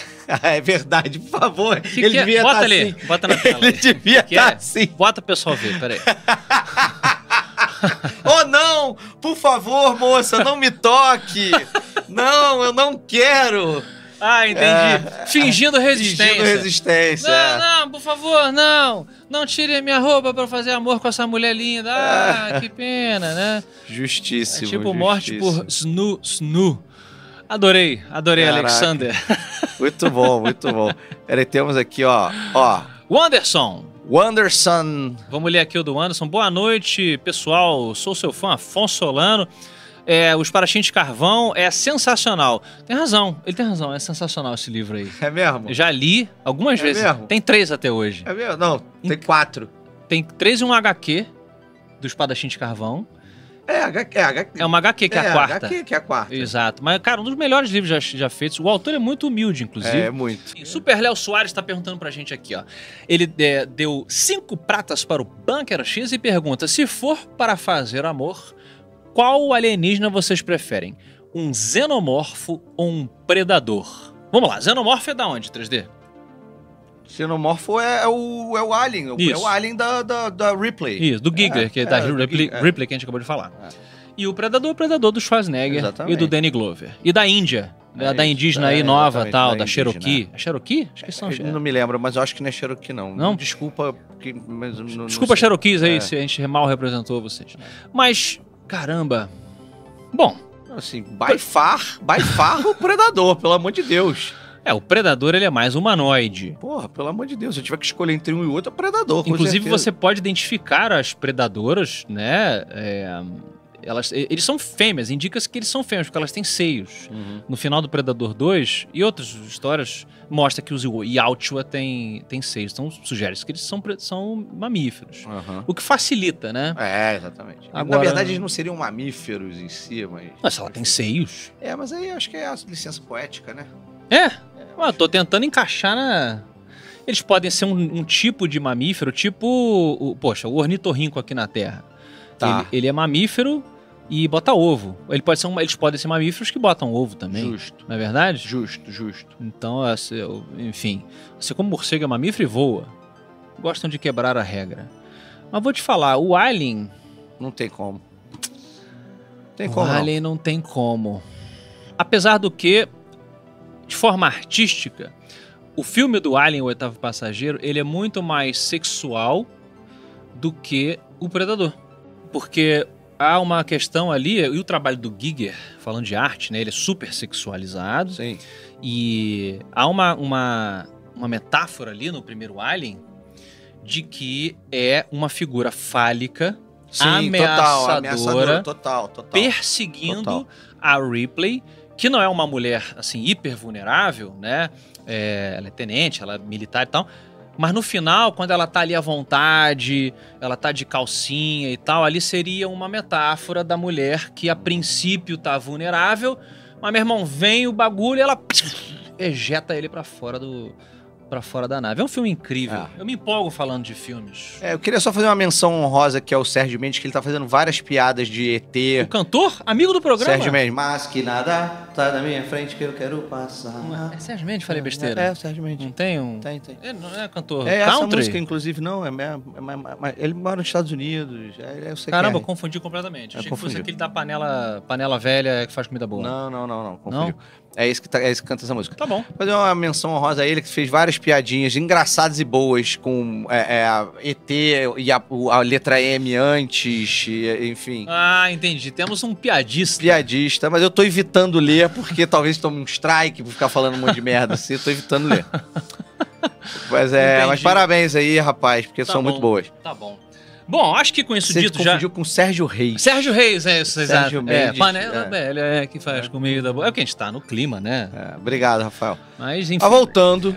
é verdade, por favor. Que ele que é? devia Bota estar ali, assim. bota na tela. Ele devia Que estar é? assim. Bota o pessoal ver, peraí. Oh, não! Por favor, moça, não me toque! não, eu não quero! Ah, entendi. Fingindo resistência. É. Fingindo resistência. Não, não, por favor, não. Não tire minha roupa pra fazer amor com essa mulher linda. Ah, que pena, né? É Justíssimo. tipo morte justíssimo. por Snu Snu. Adorei, adorei, Caraca. Alexander. Muito bom, muito bom. Peraí, temos aqui, ó. Ó, Wanderson. Wanderson. Vamos ler aqui o do Anderson. Boa noite, pessoal. Sou seu fã, Afonso Solano. É, Os Paraxins de Carvão é sensacional. Tem razão, ele tem razão, é sensacional esse livro aí. É mesmo? Eu Já li algumas É vezes. mesmo? Tem três até hoje. É mesmo? Não, tem quatro. Tem três e um HQ do Espadachim de Carvão. É, HQ. É, HQ, É uma HQ que é, a quarta. HQ que é a quarta. Exato. Mas, cara, um dos melhores livros já, já feitos. O autor é muito humilde, É, inclusive. muito. Sim, Super Léo Soares está perguntando pra gente aqui, ó. Ele é, deu cinco pratas para o Bunker X e pergunta: se for para fazer amor, qual alienígena vocês preferem? Um xenomorfo ou um predador? Vamos lá, xenomorfo é da onde, 3D? Xenomorfo é, é o, é o Alien. o- É Isso. o Alien da, da, da Ripley. Isso, do Giger, É, que é, da é, do Ripley, Giger, é. Ripley que a gente acabou de falar. É. E o Predador, o Predador do Schwarzenegger Exatamente. e do Danny Glover. E da Índia, da, É da isso, indígena é, aí nova, exatamente, tal, da da, indígena. Cherokee. A Cherokee? Acho que são... Eu não me lembro, mas eu acho que não é Cherokee, não. um Não? Desculpa. Que, mas, eu não, Desculpa, não sei. Cherokees aí, É. se a gente mal representou vocês. Mas, caramba. Bom, Assim, by far, by far o Predador, pelo amor de Deus. é, o Predador ele é mais humanoide. Porra, pelo amor de Deus. Se eu tiver que escolher entre um e outro, é Predador. com Inclusive, certeza. você pode identificar as predadoras, né? É, elas, e- eles são fêmeas, indica-se que eles são fêmeas, porque elas têm seios. Uhum. No final do Predador 2 e outras histórias, mostra que os Yautja têm têm seios. Então, sugere-se que eles são, pre- são mamíferos. Aham. O que facilita, né? É, exatamente. Uhum. Na Agora- verdade, eles não seriam mamíferos em si, mas. Mas ela tem seios. É, mas aí acho que é a licença poética, né? É? Ué, eu tô tentando encaixar na. Eles podem ser um, um tipo de mamífero, tipo. o- poxa, o ornitorrinco aqui na Terra. Tá. Ele, ele é mamífero e bota ovo. Ele pode ser um- eles podem ser mamíferos que botam ovo também, Justo. não é verdade? Justo, justo. Então, assim, eu- enfim. Assim como morcego é mamífero e voa, gostam de quebrar a regra. Mas vou te falar, o alien. Não tem como. Tem como. não. Vale não tem como. Apesar do que, de forma artística, o filme do Alien, o oitavo passageiro, ele é muito mais sexual do que o Predador. Porque há uma questão ali, e o trabalho do Giger, falando de arte, né? Ele é super sexualizado. Sim. E há uma, uma, uma metáfora ali no primeiro Alien de que é uma figura fálica Sim, Ameaçadora. total, ameaçadora, total, total. perseguindo Total. a Ripley, que não é uma mulher assim hiper vulnerável, né? É, ela é tenente, ela é militar e tal. Mas no final, quando ela tá ali à vontade, ela tá de calcinha e tal, ali seria uma metáfora da mulher que a princípio tá vulnerável, mas meu irmão vem o bagulho e ela ejeta ele pra fora do para fora da nave. É um filme incrível. É. Eu me empolgo falando de filmes. É, eu queria só fazer uma menção honrosa que é o Sérgio Mendes, que ele tá fazendo várias piadas de é O ET. cantor, amigo do programa. É. Sérgio Mendes, mas que nada tá na minha frente que eu quero passar. É Sérgio Mendes, falei besteira. É, é o Sérgio Mendes. Não tem um. Tem, tem. Ele não é cantor É, essa country? música, inclusive, não, é, mesmo, é, ma- ma- ma- ele mora nos Estados Unidos. É, é o CQR. Caramba, eu confundi completamente. É, Achei que confundiu. fosse aquele da panela, panela velha que faz comida boa. Não, não, não, não, confundiu. É esse que, tá, é esse que canta essa música. Tá bom. Fazer uma menção honrosa a ele, que fez várias piadinhas engraçadas e boas com é, é, a ET e a, o- a letra M antes, e, enfim. Ah, entendi. Temos um piadista. Piadista, mas eu tô evitando ler, porque talvez tome um strike por ficar falando um monte de merda assim, eu tô evitando ler. Mas é, Entendi. mas parabéns aí, rapaz, porque Tá são bom. muito boas. Tá bom. Bom, acho que com isso Você dito já. confundiu com Sérgio Reis. Sérgio Reis, é isso, Sérgio exato. é, Mendes, panela é. velha é, que faz comida boa. É o que a gente tá no clima, né? É, obrigado, Rafael. Mas enfim. Mas voltando,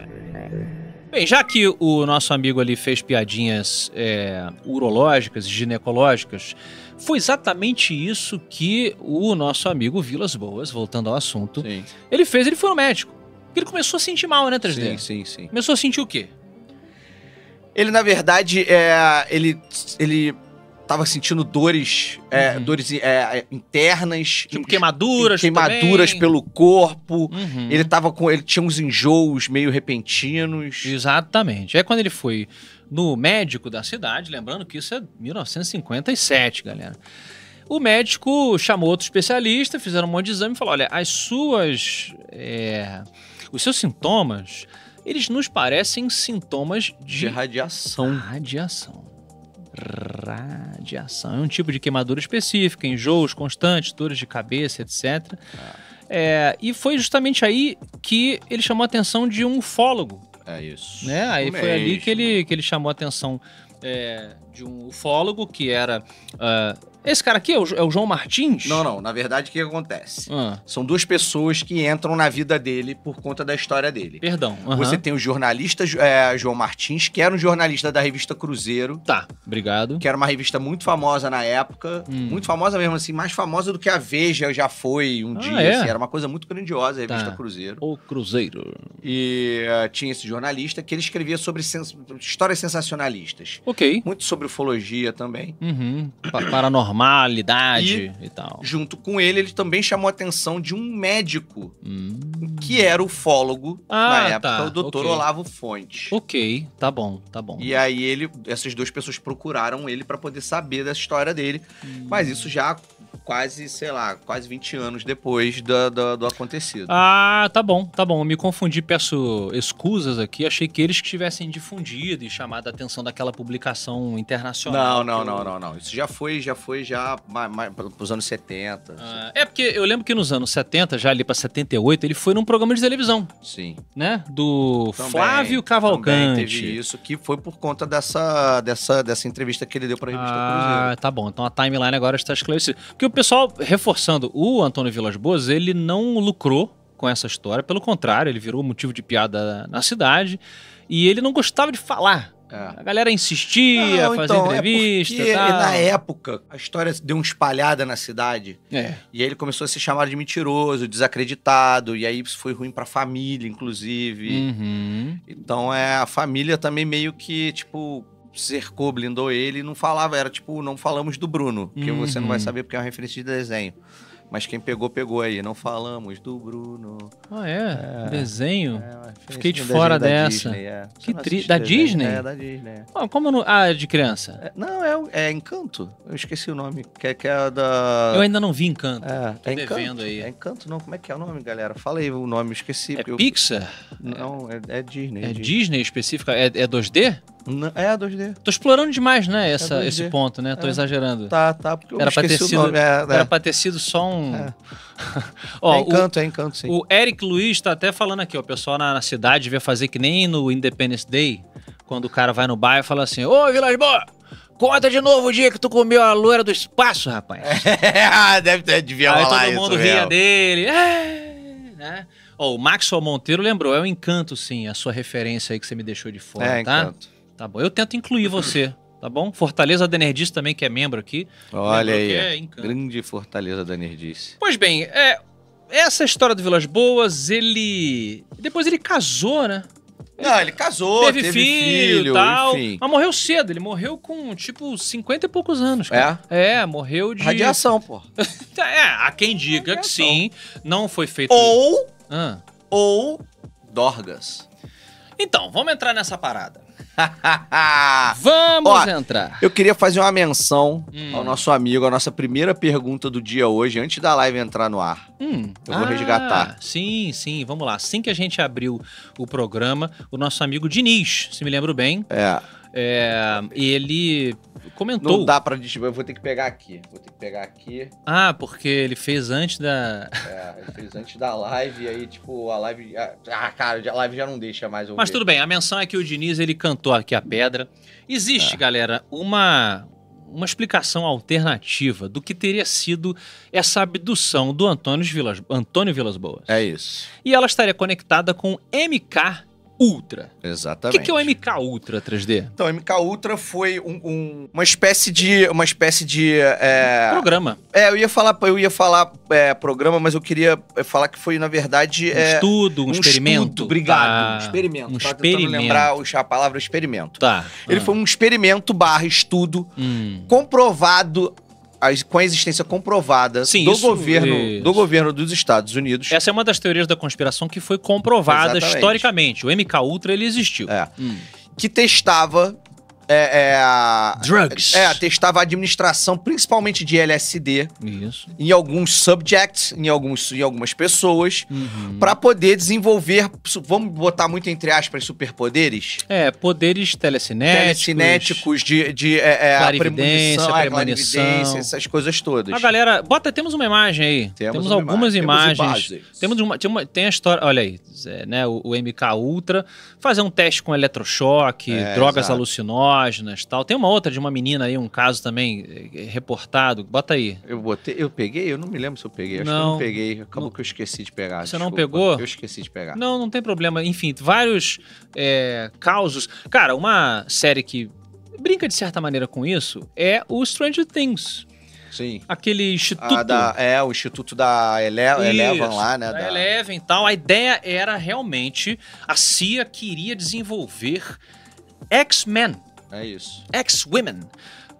Bem, já que o nosso amigo ali fez piadinhas é, urológicas e ginecológicas, foi exatamente isso que o nosso amigo Vilas Boas, voltando ao assunto, Sim, ele fez, ele foi no médico. Porque ele começou a sentir mal, né, 3D? sim, sim, sim. Começou a sentir o quê? Ele, na verdade, é, ele, ele tava sentindo dores, é, Uhum. dores é, é, internas, Tipo, in- queimaduras queimaduras também. pelo corpo. Uhum. Ele tava com. Ele tinha uns enjoos meio repentinos. Exatamente. É quando ele foi no médico da cidade, lembrando que isso é 1957, galera. O médico chamou outro especialista, fizeram um monte de exame e falou: olha, as suas. é, os seus sintomas, eles nos parecem sintomas De de Então, radiação. Radiação. Radiação. É um tipo de queimadura específica, enjoos constantes, dores de cabeça, etc. É, e foi justamente aí que ele chamou a atenção de um ufólogo. É isso. Né? Aí Isso foi ali mesmo. que ele, que ele chamou a atenção é, de um ufólogo que era. ah, esse cara aqui é o, Jo- é o João Martins? Não, não. Na verdade, o que acontece? Ah, São duas pessoas que entram na vida dele por conta da história dele. perdão. aham. Você tem o jornalista Jo- é, João Martins, que era um jornalista da revista Cruzeiro. Tá, obrigado. que era uma revista muito famosa na época, Hum. muito famosa mesmo assim, mais famosa do que a Veja já foi um Ah, dia, é? assim, era uma coisa muito grandiosa a revista Tá. Cruzeiro. O Cruzeiro. E eh, tinha esse jornalista que ele escrevia sobre sens- histórias sensacionalistas, Ok. muito sobre ufologia também. Uhum. Pa- Paranormalidade e, tal. Junto com ele, ele também chamou a atenção de um médico Hum. que era ufólogo na Ah, época, tá, o Dr. ok. Olavo Fontes. Ok, tá bom, tá bom. E aí ele, essas duas pessoas procuraram ele pra poder saber dessa história dele. Hum. Mas isso já quase, sei lá, quase 20 anos depois do, do, do acontecido. Ah, tá bom, tá bom. Eu me confundi, peço excusas aqui. Achei que eles que tivessem difundido e chamado a atenção daquela publicação internacional. não, não, que eu- não, não, não. Isso já foi, já foi já ma- ma- pros anos 70. Ah, é porque eu lembro que nos anos 70, já ali pra 78, ele foi num programa de televisão, assim, Sim. né? Do Também, Flávio Também Cavalcante. teve isso que foi por conta dessa, dessa, dessa entrevista que ele deu pra revista Cruzeiro. Ah, tá bom. Então a timeline agora está esclarecida. Porque o pessoal, reforçando, o Antônio Vilas Boas, ele não lucrou com essa história. Pelo contrário, ele virou motivo de piada na cidade. E ele não gostava de falar. É. A galera insistia, Não, fazia entrevista. é porque tal. na época a história deu uma espalhada na cidade É. e aí ele começou a ser chamado de mentiroso, desacreditado e aí isso foi ruim pra família, inclusive. Uhum. Então é a família também meio que, tipo, cercou, blindou ele e não falava. Era tipo, não falamos do Bruno, que Uhum. você não vai saber porque é uma referência de desenho. Mas quem pegou, pegou aí. Não falamos do Bruno. Ah, é. Desenho. É, Fiquei de Esse fora desenho da dessa. Disney, é. Você Que não tri- assiste da desenho? Disney? É, da Disney. é. Ah, Como no... Ah, de criança. É, Não, é, o- é Encanto. Eu esqueci o nome. Que é, que é a da. Eu ainda não vi Encanto. É, Tá é devendo Encanto. aí. É Encanto, não. Como é que é o nome, galera? Fala aí o nome, eu esqueci. É porque eu- Pixar? Não, é, é Disney. É Disney específica? É, é 2D? Não, é 2D. Tô explorando demais, né, essa- 2D. esse ponto, né? Tô É. exagerando. Tá, tá, porque eu Era pra ter esqueci sido- o nome. É, é. Era pra ter sido só um... É. Ó, é o- Encanto, é Encanto, sim. O Eric Luiz tá até falando aqui, ó, o pessoal na, na cidade devia fazer que nem no Independence Day, quando o cara vai no bairro e fala assim, ô Vilas Boa, conta de novo o dia que tu comeu a loira do espaço, rapaz. Ah, Deve ter, devia Aí rolar todo isso, mundo ria real. dele, "É", né? Ó, o Maxwell Monteiro lembrou, é o Encanto sim, a sua referência aí que você me deixou de fora, É, tá? Encanto. Tá bom, eu tento incluir você, tá bom? Fortaleza da Nerdice também, que é membro aqui. Olha lembrou aí. que ó. é Encanto. Grande fortaleza da nerdice. Pois bem, é, essa história do Vilas Boas, ele. Depois ele casou, né? Não, ele casou, teve, filho e tal. Mas morreu cedo, ele morreu com, tipo, 50 e poucos anos. cara. É. É, morreu de. Radiação, pô. É, há quem diga que Radiação. sim, não foi feito. Ou, Ah. ou, Dorgas. Então, vamos entrar nessa parada. Vamos Ah, Ó, entrar. Eu queria fazer uma menção Hum. ao nosso amigo, a nossa primeira pergunta do dia hoje, antes da live entrar no ar. Hum, eu vou resgatar. Sim, sim, vamos lá. Assim que a gente abriu o programa, o nosso amigo Diniz, se me lembro bem, É, é, ele não comentou. dá pra distribuir, eu vou ter que pegar aqui. Vou ter que pegar aqui. Ah, porque ele fez antes da. É, eu fiz antes da live, e aí, tipo, a live. Ah, cara, a live já não deixa mais eu Mas ver. tudo bem, a menção é que o Diniz ele cantou aqui a pedra. Existe, Ah. galera, uma uma explicação alternativa do que teria sido essa abdução do Antônio Vilas, Antônio Vilas Boas. É isso. E ela estaria conectada com MK Ultra. O Exatamente. que, que é o MK Ultra 3D? Então, MK Ultra foi um- um- uma espécie de. Uma espécie de. é, Um Programa, é, eu ia falar, eu ia falar é, programa, mas eu queria é, falar que foi, na verdade. um é, estudo, um, experimento. estudo, obrigado. Ah, um experimento. Um Tava experimento. tentando lembrar o- a palavra experimento. Tá. Ele ah, foi um experimento barra estudo hum. comprovado. as- Com a existência comprovada Sim, do, isso- governo, do isso. governo dos Estados Unidos. Essa é uma das teorias da conspiração que foi comprovada Exatamente. historicamente. O MK Ultra ele existiu. É. Hum. que testava é, é, a- Drugs. é, testava a administração principalmente de LSD Isso. em alguns subjects, em, alguns, em algumas pessoas, Uhum. pra poder desenvolver, su- vamos botar muito entre aspas, superpoderes? É, poderes telecinéticos. Telecinéticos, de, de é, é, É, Clarividência, premonição, é, premonição. clarividência, essas coisas todas. A galera, bota, temos uma imagem aí. Temos, uma imagem. algumas imagens. imagens. Temos uma, tem, uma- tem a história, olha aí, Zé, né, o, o MK Ultra, fazer um teste com eletrochoque, É, drogas exato. alucinógenas e tal. Tem uma outra de uma menina aí, um caso também eh, reportado, bota aí. Eu botei, eu peguei, eu não me lembro se eu peguei, acho que eu um- Não. não peguei, acabou Não. que eu esqueci de pegar. Você não desculpa. pegou? Eu esqueci de pegar. Não, não tem problema. Enfim, vários é, causos. Cara, uma série que brinca de certa maneira com isso é o Stranger Things. Sim. Aquele instituto. A Ah, da- é, o Instituto da Ele Elevan Isso, lá, né? Da da- Eleven e tal. A ideia era realmente a CIA queria desenvolver X-Men, É isso. X-Women,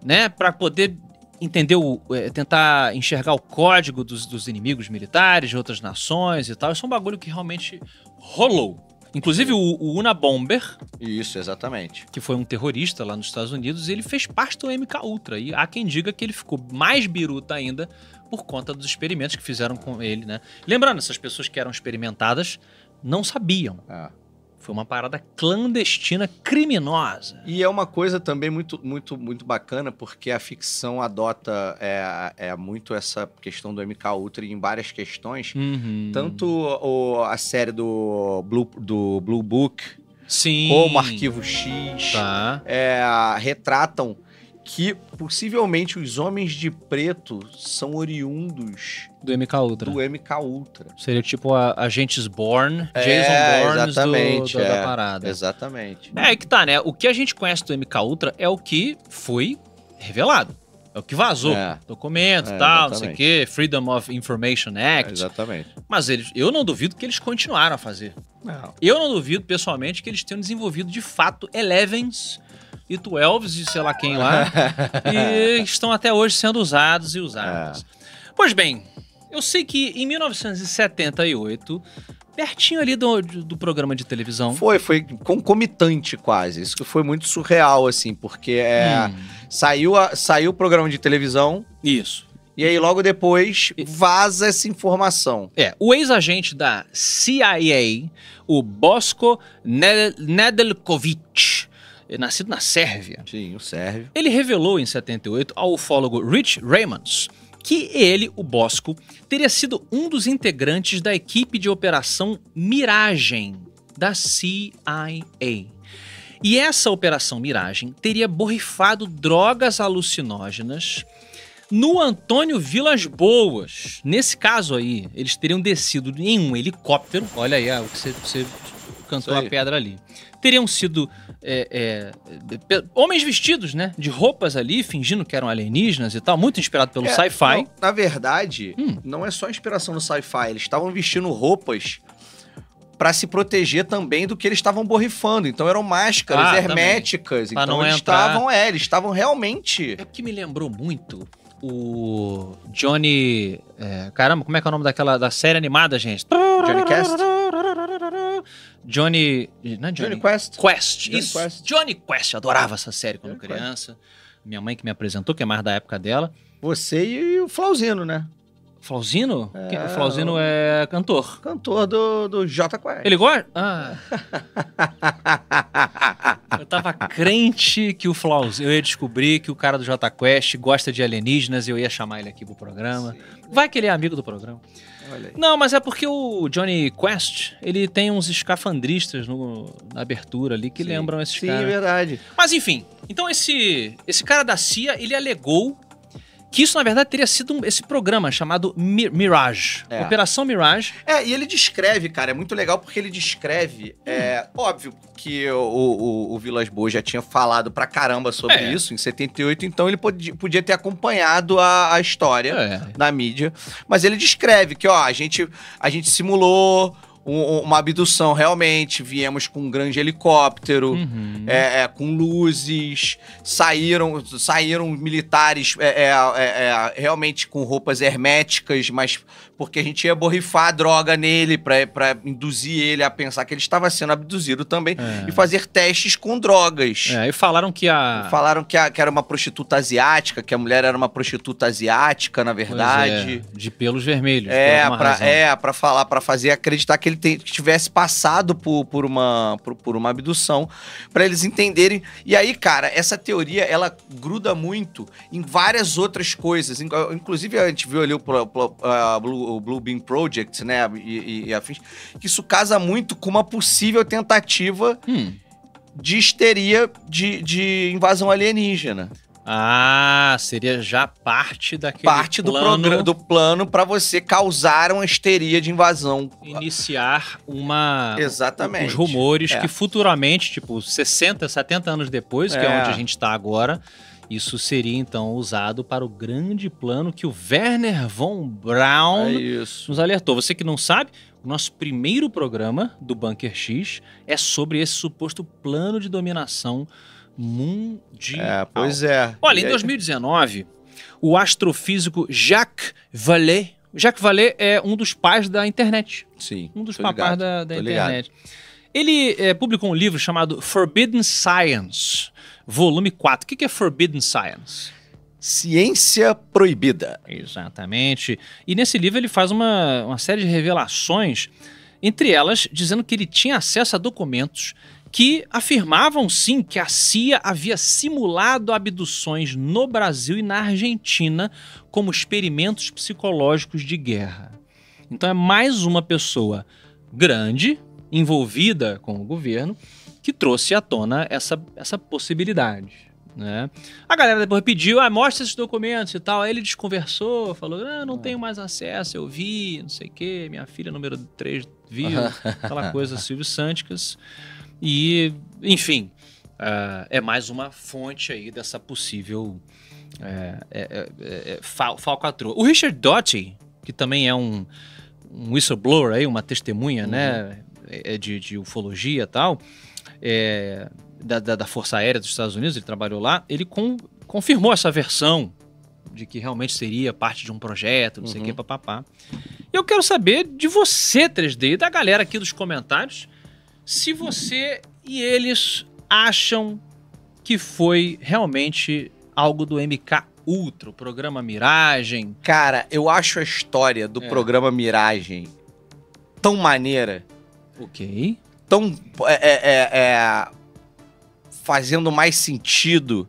né? Pra poder entender o. eh, tentar enxergar o código dos, dos inimigos militares de outras nações e tal. Isso é um bagulho que realmente rolou. Inclusive, o, o Una Bomber, Isso, exatamente. que foi um terrorista lá nos Estados Unidos, ele fez parte do MK Ultra. E há quem diga que ele ficou mais biruta ainda por conta dos experimentos que fizeram com ele, né? Lembrando, essas pessoas que eram experimentadas não sabiam. Ah. Foi uma parada clandestina criminosa. E é uma coisa também muito, muito, muito bacana, porque a ficção adota é, é muito essa questão do MK Ultra em várias questões. Tanto Hum. o- a série do Blue, do Blue Book Sim. como Arquivo X Tá. é, retratam que possivelmente os homens de preto são oriundos Do MK Ultra. do MK Ultra. Seria tipo a Agentes Born, É, Jason Bourne exatamente, do, da, da é. parada. Exatamente. É, aí que tá, né? O que a gente conhece do MK Ultra é o que foi revelado. É o que vazou. É, Documento, É, tal, não sei o exatamente. É, quê, Freedom of Information Act. exatamente. Mas eles, eu não duvido que eles continuaram a fazer. Eu não duvido, pessoalmente, que eles tenham desenvolvido de fato Elevens e Twelves e sei lá quem É. lá. e estão até hoje sendo usados e usadas. Pois bem, Eu sei que em 1978, pertinho ali do, do programa de televisão. Foi, foi concomitante quase. Isso que foi muito surreal, assim, porque é, Hum, saiu, a- saiu o programa de televisão isso. e aí logo depois E- vaza essa informação. É, o ex-agente da CIA, o Bosko Ned- Nedeljkovic, nascido na Sérvia, Sim, o Sérvio. Ele revelou em 78 ao ufólogo Rich Raymonds que ele, o Bosco, teria sido um dos integrantes da equipe de operação Miragem da CIA. E essa operação Miragem teria borrifado drogas alucinógenas no Antônio Vilas Boas. Nesse caso aí, eles teriam descido em um helicóptero. Olha aí, ah, o que você, você cantou a Isso aí. pedra ali. Teriam sido é, é, pe- homens vestidos, né? De roupas ali, fingindo que eram alienígenas e tal, muito inspirado pelo É, sci-fi. não, na verdade, Hum. não é só inspiração no sci-fi. Eles estavam vestindo roupas pra se proteger também do que eles estavam borrifando. Então eram máscaras Ah, herméticas. Pra Então não eles entrar. estavam, é, eles estavam realmente. É porque me lembrou muito o Johnny. é, caramba, como é que é o nome daquela da série animada, gente? Johnny Quest? Johnny. Não é Johnny? Johnny Quest. Quest. Johnny isso. Quest. Johnny Quest. Eu adorava essa série quando Johnny criança. Minha mãe que me apresentou, que é mais da época dela. Você e o Flauzino, né? Flauzino? É, Quem- o Flauzino é cantor. Cantor do, do J Quest. Ele gosta? Ah, eu tava crente que o Flauzino. Eu ia descobrir que o cara do J Quest gosta de alienígenas e eu ia chamar ele aqui pro programa. Vai que ele é amigo do programa. Olha aí. Não, mas é porque o Johnny Quest, ele tem uns escafandristas no- na abertura ali que Sim. lembram esses Sim, é caras. verdade. Mas enfim, então esse, esse cara da CIA, ele alegou que isso, na verdade, teria sido um- esse programa chamado Mi- Mirage. É. Operação Mirage. É, e ele descreve, cara, é muito legal porque ele descreve. É óbvio que o, o, o Vilas Boas já tinha falado pra caramba sobre É. isso em 78, então ele podi- podia ter acompanhado a, a história na mídia. Mas ele descreve que, ó, a gente, a gente simulou um- um- uma abdução realmente, viemos com um grande helicóptero. Uhum. é, é, com luzes, saíram saíram militares é, é, é, é, realmente com roupas herméticas, mas porque a gente ia borrifar a droga nele pra pra induzir ele a pensar que ele estava sendo abduzido também É. e fazer testes com drogas. É, e falaram que a. Falaram que, a- que era uma prostituta asiática, que a mulher era uma prostituta asiática, na Pois verdade. é, de pelos vermelhos. por É, alguma pra, razão. é, pra falar, pra fazer acreditar que ele te- que tivesse passado por, por uma, por, por uma abdução, pra eles entenderem. E aí, cara, essa teoria, ela gruda muito em várias outras coisas. Inc- Inclusive, a gente viu ali o, pro- pro- ah, Blue, o Blue Beam Project, né, e, e, e afins, que isso casa muito com uma possível tentativa Hum. de histeria de, de invasão alienígena. Ah, seria já parte daquele Parte do, plano progra- do plano pra você causar uma histeria de invasão. iniciar uma Exatamente. Ah, os rumores É. que futuramente, tipo, 60, 70 anos depois, que é É. onde a gente está agora, isso seria então usado para o grande plano que o Werner von Braun É isso. nos alertou. Você que não sabe, o nosso primeiro programa do Bunker X é sobre esse suposto plano de dominação mundial. É, pois é. Olha, E em aí- 2019, o astrofísico Jacques Vallée, Jacques Vallée é um dos pais da internet Sim. um dos tô papás ligado. da, da tô internet. Ele eh, publicou um livro chamado Forbidden Science, volume 4. O que que é Forbidden Science? Ciência proibida. Exatamente. E nesse livro ele faz uma, uma série de revelações, entre elas dizendo que ele tinha acesso a documentos que afirmavam sim que a CIA havia simulado abduções no Brasil e na Argentina como experimentos psicológicos de guerra. Então é mais uma pessoa grande, envolvida com o governo, que trouxe à tona essa, essa possibilidade. Né? A galera depois pediu, ah, mostra esses documentos e tal. Aí ele desconversou, falou: ah, não tenho mais acesso, eu vi, não sei o quê, minha filha número 3 viu, Uhum. aquela coisa Silvio Santicas. E, enfim, ah, é mais uma fonte aí dessa possível é, é, é, é, fal- falcatrua. O Richard Doty, que também é um, um whistleblower aí, uma testemunha, Uhum. né, é de, de ufologia e tal, é, da, da- da Força Aérea dos Estados Unidos, ele trabalhou lá, ele com- confirmou essa versão de que realmente seria parte de um projeto, não sei o que, papapá. Eu quero saber de você, 3D, da galera aqui dos comentários, se você e eles acham que foi realmente algo do MK Ultra, o programa Miragem. Cara, eu acho a história do É. programa Miragem tão maneira, Ok. tão é, é, é, é, fazendo mais sentido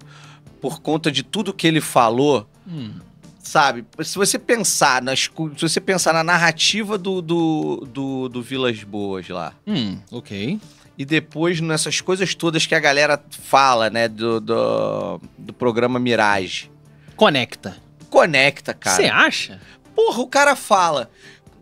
por conta de tudo que ele falou, Hum, sabe? Se você pensar nas, cu- se você pensar na narrativa do do, do, do Vilas Boas lá hum, ok. e depois nessas coisas todas que a galera fala, né, do do, do programa Mirage, Conecta. conecta, cara. Você acha? Porra, o cara fala.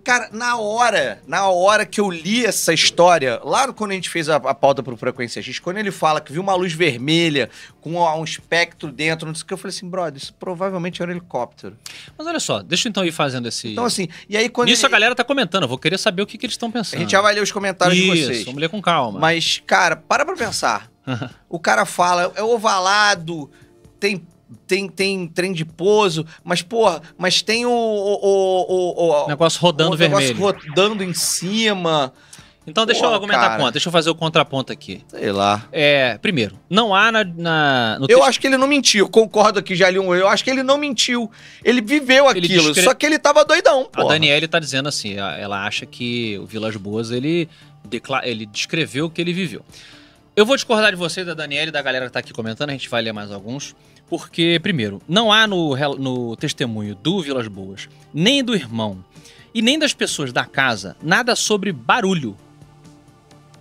Cara, na hora, na hora que eu li essa história, lá quando a gente fez a, a pauta pro Frequência X, quando ele fala que viu uma luz vermelha com um um espectro dentro, não sei o que, eu falei assim, brother, isso provavelmente era um helicóptero. Mas olha só, deixa eu então ir fazendo esse. Então, assim, e aí quando. Nisso ele- a galera tá comentando, eu vou querer saber o que, que eles estão a pensando. gente avalia os comentários Isso, de vocês. vamos ler com calma. Mas, cara, para pra pensar. o cara fala, é ovalado, tem. Tem, tem trem de pouso, mas porra, mas tem o. o, o, o, o Negócio é rodando o negócio vermelho. rodando em cima. Então deixa eu Porra, argumentar cara. contra, deixa eu fazer o contraponto aqui. Sei lá. É, primeiro, não há na, na- no Eu texto- acho que ele não mentiu, concordo aqui, já li um. Eu acho que ele não mentiu. Ele viveu Ele aquilo, discre- só que ele tava doidão, a pô. Daniele tá dizendo assim, a- ela acha que o Vilas Boas ele decla- ele descreveu o que ele viveu. Eu vou discordar de você, da Daniele, da galera que tá aqui comentando, a gente vai ler mais alguns, porque primeiro, não há no, rel- no testemunho do Vilas Boas, nem do irmão e nem das pessoas da casa nada sobre barulho.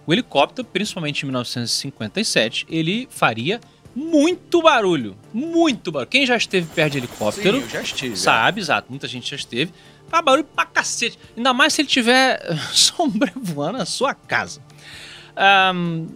O helicóptero, principalmente em 1957, ele faria muito barulho, muito barulho. Quem já esteve perto de helicóptero já estive. é. Sabe, exato. Muita gente já esteve. Faz barulho pra cacete. Ainda mais se ele tiver sobrevoando a sua casa. Ahn,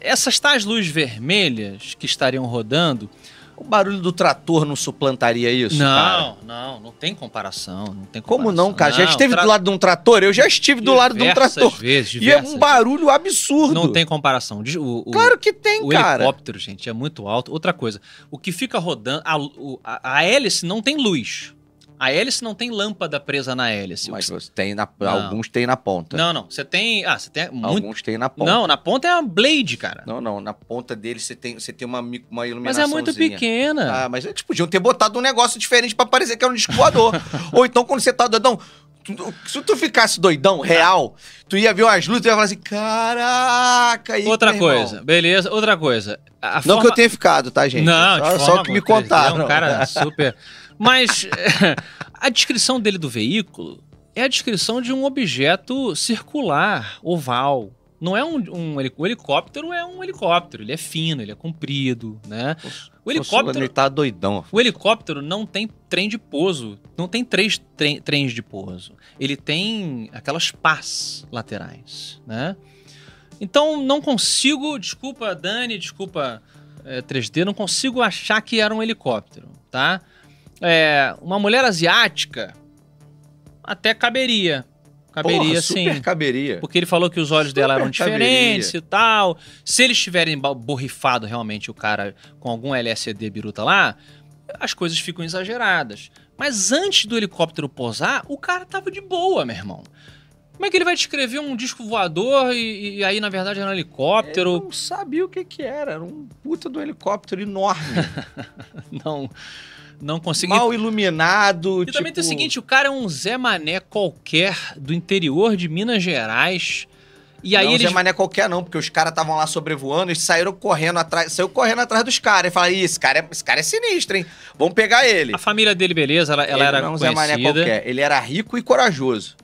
essas tais luzes vermelhas que estariam rodando. O barulho do trator não suplantaria isso, cara? não, não, não tem comparação. Não tem Como comparação. não, cara? já esteve tra- do lado de um trator? Eu já estive do lado de um diversas trator. Vezes, E é diversas um barulho absurdo. Não tem comparação. Diz- O, o- Claro que tem, o cara. helicóptero, gente, é muito alto. Outra coisa, o que fica rodando, a, o- a- a hélice não tem luz. A hélice não tem lâmpada presa na hélice. O que Mas você tem na... Não. alguns tem na ponta. Não, não. Você tem. Ah, você tem muito. Alguns tem na Tá. ponta. Não, na ponta é uma blade, cara. não, não, na ponta dele você tem, você tem uma, mi- uma Mas iluminação. é muito pequena. Ah, mas eles podiam ter botado um negócio diferente pra parecer que era um disco voador. Ou então, quando você tá doidão, tu- se tu ficasse doidão, Ah. real, tu ia ver umas luzes e ia falar assim: caraca, e Outra meu irmão?" coisa, beleza. Outra coisa. A a Não forma... que eu tenha ficado, tá, gente? Não, de só, forma só o que me alguma. 3D contaram. É um cara super. Mas a descrição dele do veículo é a descrição de um objeto circular, oval. Não é um, um heli- o helicóptero, é um helicóptero. Ele é fino, ele é comprido, né? O helicóptero Ele tá doidão. O helicóptero não tem trem de pouso, não tem três tre- trens de pouso. Ele tem aquelas pás laterais, né? Então não consigo, desculpa Dani, desculpa eh, 3D, não consigo achar que era um helicóptero, tá? É, uma mulher asiática até caberia, caberia Porra, sim. Super caberia. Porque ele falou que os olhos Super dela eram caberia. diferentes e tal. Se eles tiverem ba- borrifado realmente o cara com algum LSD biruta lá, as coisas ficam exageradas. Mas antes do helicóptero pousar, o cara tava de boa, meu irmão. Como é que ele vai descrever um disco voador e, e aí, na verdade, era um Ele helicóptero? não sabia o que que era. Era um puta do helicóptero enorme. Não, não consegui. É. mal iluminado. E também tem o tipo- seguinte, o cara é um Zé Mané qualquer do interior de Minas Gerais. E aí não, é um eles Zé Mané qualquer não, porque os caras estavam lá sobrevoando e saíram correndo atrás, saiu correndo atrás dos caras. E falaram, Ih, esse cara, é, esse cara é sinistro, hein? Vamos pegar ele. A família dele, beleza, ela, ela Ele era não é um Zé Mané conhecida. qualquer, ele era rico e corajoso.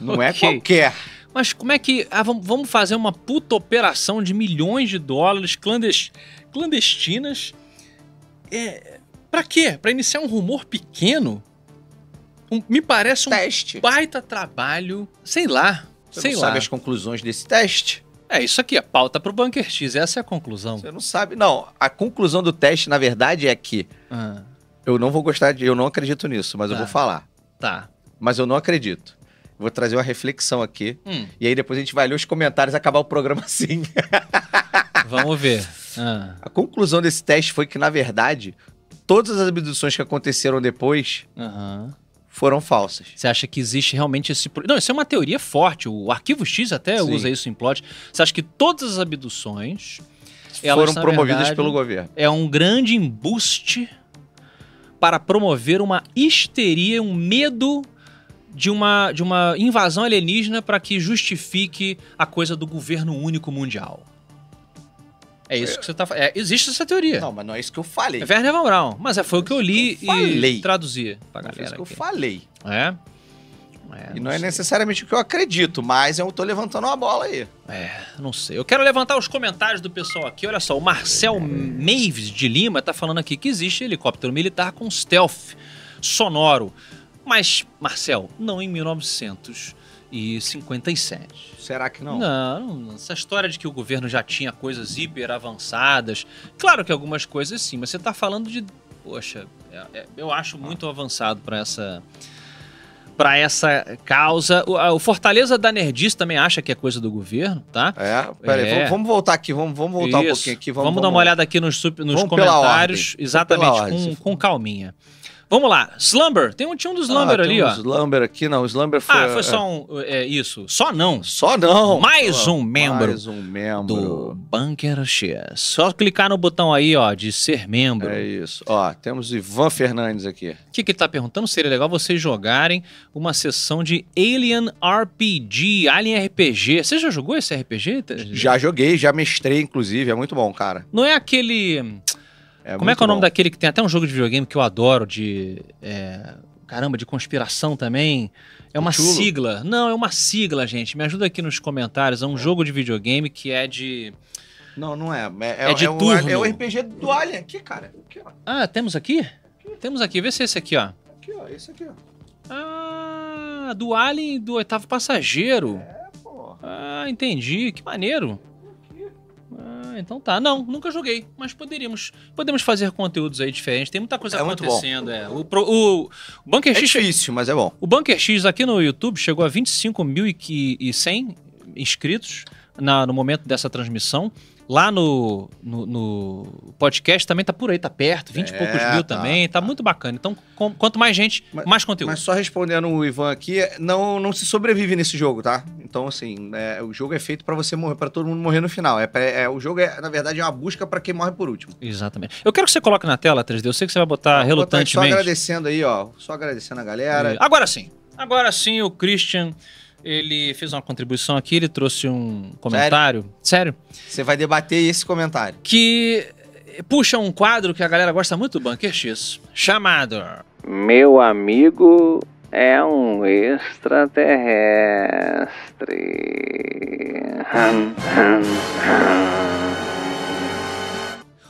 não é Ok. qualquer. Mas como é que... ah, vamos- vamos fazer uma puta operação de milhões de dólares clandes- clandestinas. É, pra quê? Pra iniciar um rumor pequeno? Um- me parece um Teste. baita trabalho. Sei lá. Você sei não lá. sabe as conclusões desse teste? É, isso aqui é pauta pro Bunker X. Essa é a conclusão. Você não sabe, não. A conclusão do teste, na verdade, é que Ah, eu não vou gostar de. Eu não acredito nisso, mas eu Tá. vou falar. tá. Mas eu não acredito. Vou trazer uma reflexão aqui. Hum, E aí depois a gente vai ler os comentários e acabar o programa assim. vamos ver. Ah, A conclusão desse teste foi que, na verdade, todas as abduções que aconteceram depois Aham. foram falsas. Você acha que existe realmente esse. pro- Não, isso é uma teoria forte. O arquivo X até Sim. usa isso em plot. Você acha que todas as abduções Elas, foram na promovidas verdade, pelo governo. é um grande embuste para promover uma histeria, um medo de uma, de uma invasão alienígena para que justifique a coisa do governo único mundial? É isso que você tá falando. existe essa teoria. Não, mas não é isso que eu falei. É Werner Von Braun, mas é, foi o que eu li Eu falei. e traduzi pra Não foi isso galera que eu aqui. falei. É? E não é sei. necessariamente o que eu acredito, mas eu tô levantando uma bola aí. Não sei. Eu quero levantar os comentários do pessoal aqui. Olha só, o Marcel Maves de Lima tá falando aqui que existe helicóptero militar com stealth sonoro. Mas, Marcel, não em 1957. Será que não? Não, não, essa história de que o governo já tinha coisas hiper avançadas. Claro que algumas coisas sim, mas você tá falando de. Poxa, é- é- eu acho muito avançado para essa. Para essa causa. O, a- o Fortaleza da Nerdice também acha que é coisa do governo, tá? É, peraí, É. vamos, vamos voltar aqui, vamos, vamos voltar um Isso. pouquinho aqui. Vamos, dar uma olhada aqui nos, sup- nos Vamos pela comentários. Exatamente, ordem, se com, for. com calminha. Vamos lá. Slumber. Tem um, tinha Ah, um do Slumber ali, ó. Slumber aqui, não, o Slumber foi... Ah, foi só um. É, isso. Só não. Só não! Mais um membro Mais um membro. do Bunker X. Só clicar no botão aí, ó, de ser membro. É isso. Ó, temos o Ivan Fernandes aqui. O que, que ele tá perguntando? Seria legal vocês jogarem uma sessão de Alien RPG, Alien RPG. Você já jogou esse RPG? Já joguei, já mestrei, inclusive. É muito bom, cara. Não é aquele. Como é que é o nome daquele que tem até um jogo de videogame que eu adoro, de. é, caramba, de conspiração também? É uma Cthulhu? sigla. Não, é uma sigla, gente. Me ajuda aqui nos comentários. É um jogo de videogame que é de. da... Não, não é. É de um- turno. é o RPG do Alien aqui, cara. Aqui, ó. Ah, temos aqui? Temos aqui. Vê se é esse aqui, ó. Aqui, ó. Esse aqui, ó. Ah, do Alien do Oitavo Passageiro. É, porra. Ah, entendi. Que maneiro. Ah, então tá. Não, nunca joguei, mas poderíamos. Podemos fazer conteúdos aí diferentes. Tem muita coisa É muito bom. acontecendo. É. O, pro- o, o Bunker É X difícil, mas é bom. O Bunker X aqui no YouTube chegou a 25.100 inscritos na- no momento dessa transmissão. Lá no, no- no podcast também tá por aí, tá perto, 20 e É, poucos mil tá, também, tá, tá. muito bacana. Então, com- quanto mais gente, Mas- mais conteúdo. Mas só respondendo o Ivan aqui, é, não, não se sobrevive nesse jogo, tá? Então, assim, é, o jogo é feito pra você morrer, para todo mundo morrer no final. É, pra- é- o jogo é, na verdade, é uma busca pra quem morre por último. Exatamente. Eu quero que você coloque na tela, 3D. Eu sei que você vai botar Vou botar aqui Só Ah, relutantemente. agradecendo aí, ó. Só agradecendo a galera. E- Agora sim. Agora sim, o Christian, ele fez uma contribuição aqui, ele trouxe um comentário. Sério? Você vai debater esse comentário. que puxa um quadro que a galera gosta muito do Bunker X, chamado Meu amigo é um extraterrestre. Hum, hum, hum.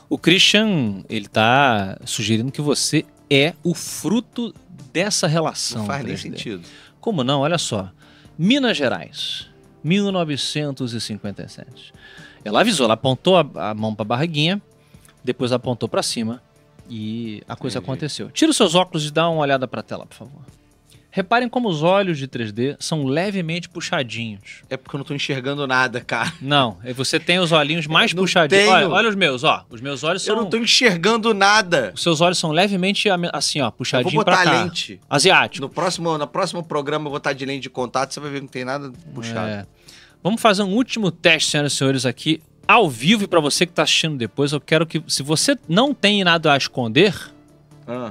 O Christian, ele tá sugerindo que você é o fruto dessa relação. Não, faz nem 3D. sentido. Como não? Olha só. Minas Gerais, 1957. Ela avisou, ela apontou a, a mão pra barriguinha, depois apontou pra cima e a coisa Entendi. aconteceu. Tira os seus óculos e dá uma olhada pra tela, por favor. Reparem como os olhos de 3D são levemente puxadinhos. É porque eu não tô enxergando nada, cara. Não, é você tem os olhinhos mais Eu não puxadinhos. tenho. Olha, olha os meus, ó. Os meus olhos Eu são. não tô enxergando nada. Os seus olhos são levemente ame- assim, ó, Eu vou puxadinho botar pra a cá. lente. Asiático. No próximo, no próximo programa eu vou estar de lente de contato, você vai ver que não tem nada puxado. É. Vamos fazer um último teste, senhoras e senhores, aqui ao vivo e pra você que tá assistindo depois, eu quero que se você não tem nada a esconder, Ah.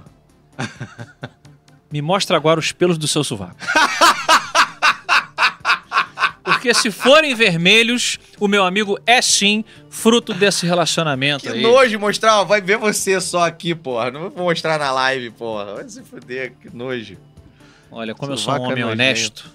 me mostra agora os pelos do seu sovaco. Porque se forem vermelhos, o meu amigo é sim fruto desse relacionamento Que aí. nojo mostrar, ó, vai ver você só aqui, porra. Não vou mostrar na live, porra. Vai se fuder, que nojo. Olha, como eu sou Sovaco um é homem nojento. honesto,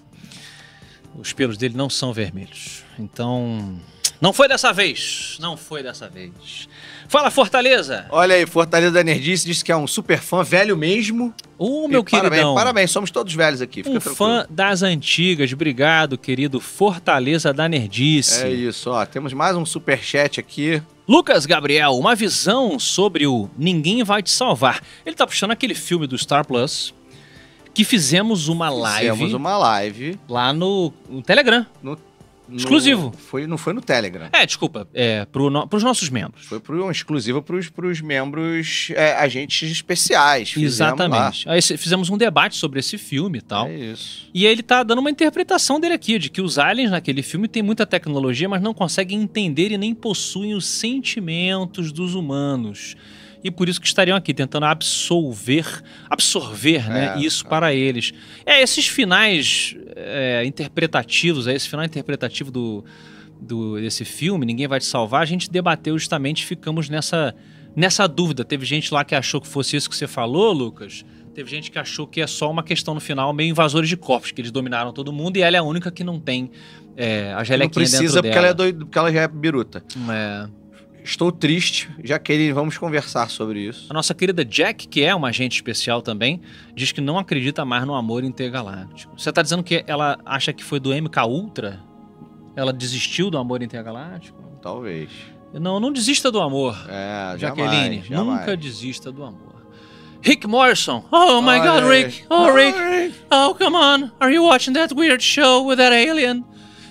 os pelos dele não são vermelhos. Então, não foi dessa vez. Não foi dessa vez. Fala, Fortaleza! Olha aí, Fortaleza da Nerdice disse que é um super fã, velho mesmo. Ô, meu E parabéns, queridão. parabéns, somos todos velhos aqui, fica Um tranquilo. fã das antigas. Obrigado, querido Fortaleza da Nerdice. É isso, ó. Temos mais um superchat aqui. Lucas Gabriel, uma visão sobre o Ninguém Vai Te Salvar. Ele tá puxando aquele filme do Star Plus que fizemos uma live Temos uma live lá no, no Telegram. no- Exclusivo. Foi, não foi no Telegram. É, desculpa, é, pro no- pros nossos membros. Foi pro, um exclusivo pros, pros membros é, agentes especiais. Fizemos Exatamente. Então, Aí se- fizemos um debate sobre esse filme e lá. tal. É isso. E aí ele tá dando uma interpretação dele aqui, de que os aliens naquele filme têm muita tecnologia, mas não conseguem entender e nem possuem os sentimentos dos humanos. E por isso que estariam aqui, tentando absolver, absorver né, É, isso para eles. É, esses finais é, interpretativos, é, esse final interpretativo do, do, desse filme, Ninguém Vai Te Salvar, a gente debateu justamente, ficamos nessa, nessa dúvida. Teve gente lá que achou que fosse isso que você falou, Lucas. Teve gente que achou que é só uma questão no final, meio invasores de corpos, que eles dominaram todo mundo e ela é a única que não tem é, a Não gelequinha precisa, dentro porque ela dela. é doida, porque ela já é biruta. É. Estou triste, já que ele, vamos conversar sobre isso. A nossa querida Jack, que é uma agente especial também, diz que não acredita mais no amor intergaláctico. Você tá dizendo que ela acha que foi do MK Ultra? Ela desistiu do amor intergaláctico? Talvez. Não, não desista do amor. É, Jaqueline, jamais, jamais. nunca desista do amor. Rick Morrison. Oh my Olha god, aí. Rick. Oh, Rick. Oh, come on. Are you watching that weird show with that alien?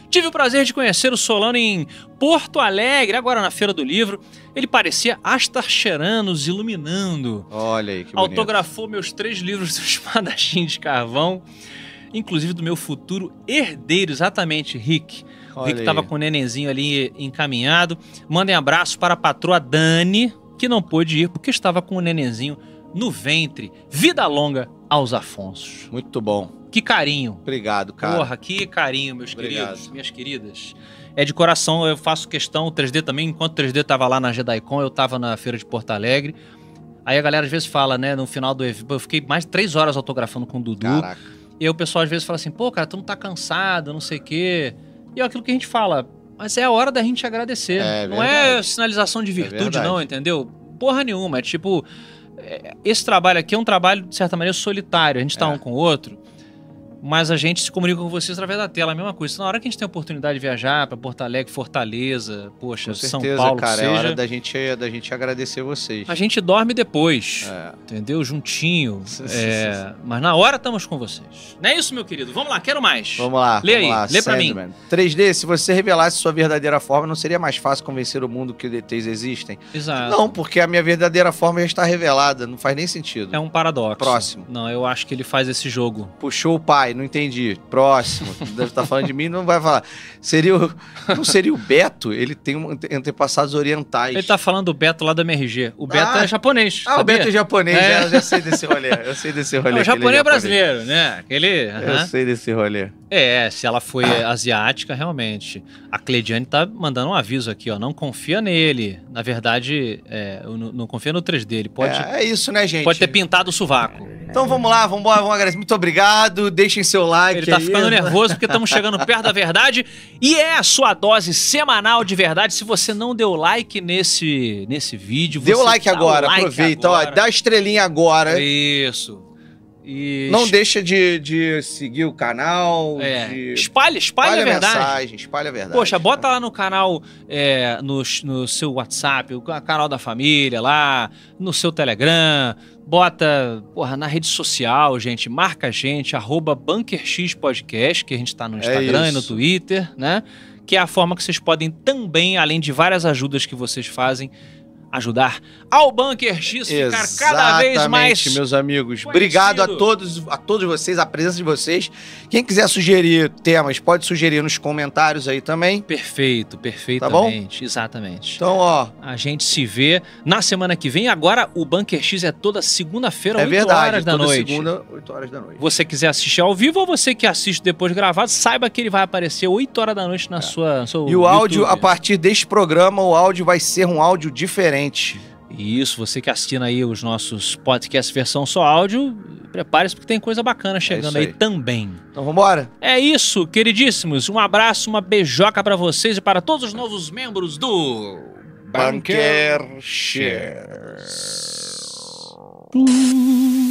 Tive o prazer de conhecer o Solano em Porto Alegre, agora na Feira do Livro. Ele parecia Astar nos iluminando. Olha aí, que bonito. Autografou meus três livros do Espadachim de Carvão, inclusive do meu futuro herdeiro, exatamente, Rick. O Olha Rick tava aí. com o nenenzinho ali encaminhado. Mandem abraço para a patroa Dani, que não pôde ir porque estava com o nenenzinho no ventre. Vida longa aos Afonsos. Muito bom. Que carinho. Obrigado, cara. Porra, que carinho, meus Obrigado. queridos, minhas queridas. É de coração, eu faço questão, o 3D também, enquanto o 3D tava lá na JediCon, eu tava na feira de Porto Alegre. Aí a galera às vezes fala, né, no final do evento, eu fiquei mais de três horas autografando com o Dudu. Caraca. E aí o pessoal às vezes fala assim, pô, cara, tu não tá cansado, não sei o quê. E é aquilo que a gente fala, mas é a hora da gente agradecer. É não é verdade. É sinalização de virtude, verdade. não, entendeu? Porra nenhuma. É tipo, é, esse trabalho aqui é um trabalho, de certa maneira, solitário. A gente tá É. um com o outro. Mas a gente se comunica com vocês através da tela, é a mesma coisa. Na hora que a gente tem a oportunidade de viajar pra Porto Alegre, Fortaleza, poxa, Com São certeza, Paulo, cara. que seja, É hora da gente, da gente agradecer vocês. a gente dorme depois É. entendeu? Juntinho. Sim, é, sim, sim, Mas na hora estamos com vocês. Não é isso, meu querido? Vamos lá, quero mais. Vamos lá. Lê vamos aí, lá. lê pra mim. Sandman. 3D, se você revelasse sua verdadeira forma, não seria mais fácil convencer o mundo que DTs existem? Exato. Não, porque a minha verdadeira forma já está revelada, não faz nem sentido. É um paradoxo. Próximo. Não, eu acho que ele faz esse jogo. Puxou o pai, não entendi. Próximo. Deve estar falando de mim, não vai falar. Seria o... Não seria o Beto? Ele tem um ante- antepassados orientais. Ele tá falando do Beto lá da MRG. O Beto Ah. é japonês. Ah, o sabia? Beto é japonês, É. já- eu já sei desse rolê. Eu sei desse Não, rolê. o que ele japonês é brasileiro, né? Aquele. Eu aham. sei desse rolê. É, se ela foi asiática, realmente. A Cleidiane tá mandando um aviso aqui, ó. Não confia nele. Na verdade, é, eu não, não confia no 3D. Ele pode, É, é isso, né, gente? pode ter pintado o sovaco. Então vamos lá, vamos embora, vamos agradecer. Muito obrigado, deixem seu like. Ele tá aí. ficando nervoso porque estamos chegando perto da verdade. E é a sua dose semanal de verdade. Se você não deu like nesse, nesse vídeo, Dê o você like dá o agora, like aproveita, ó, agora. dá a estrelinha agora. Isso. E Não es- deixa de, de seguir o canal, é, de... espalha, espalha, a verdade. mensagem, espalha a verdade. Poxa, bota lá no canal, é, no, no seu WhatsApp, o canal da família lá, no seu Telegram, bota, porra, na rede social, gente, marca a gente, arroba BunkerX Podcast, que a gente tá no É Instagram e no isso. Twitter, né? Que é a forma que vocês podem também, além de várias ajudas que vocês fazem, ajudar ao Bunker X ficar cada vez mais Exatamente, meus amigos. conhecido. Obrigado a todos, a todos vocês, a presença de vocês. Quem quiser sugerir temas, pode sugerir nos comentários aí também. perfeito, Tá bom? perfeitamente, exatamente. Então, ó, A gente se vê na semana que vem. Agora o Bunker X é toda segunda-feira, é 8 verdade, horas da toda noite. segunda, 8 horas da noite. Você quiser assistir ao vivo ou você que assiste depois gravado, saiba que ele vai aparecer 8 horas da noite na sua. no seu É. E o áudio, a YouTube. partir deste programa, o áudio vai ser um áudio diferente. Isso, você que assina aí os nossos podcasts versão só áudio, prepare-se porque tem coisa bacana chegando É aí isso aí. também. Então vambora? É isso, queridíssimos. Um abraço, uma beijoca pra vocês e para todos os novos membros do Bunker Share. Bunker.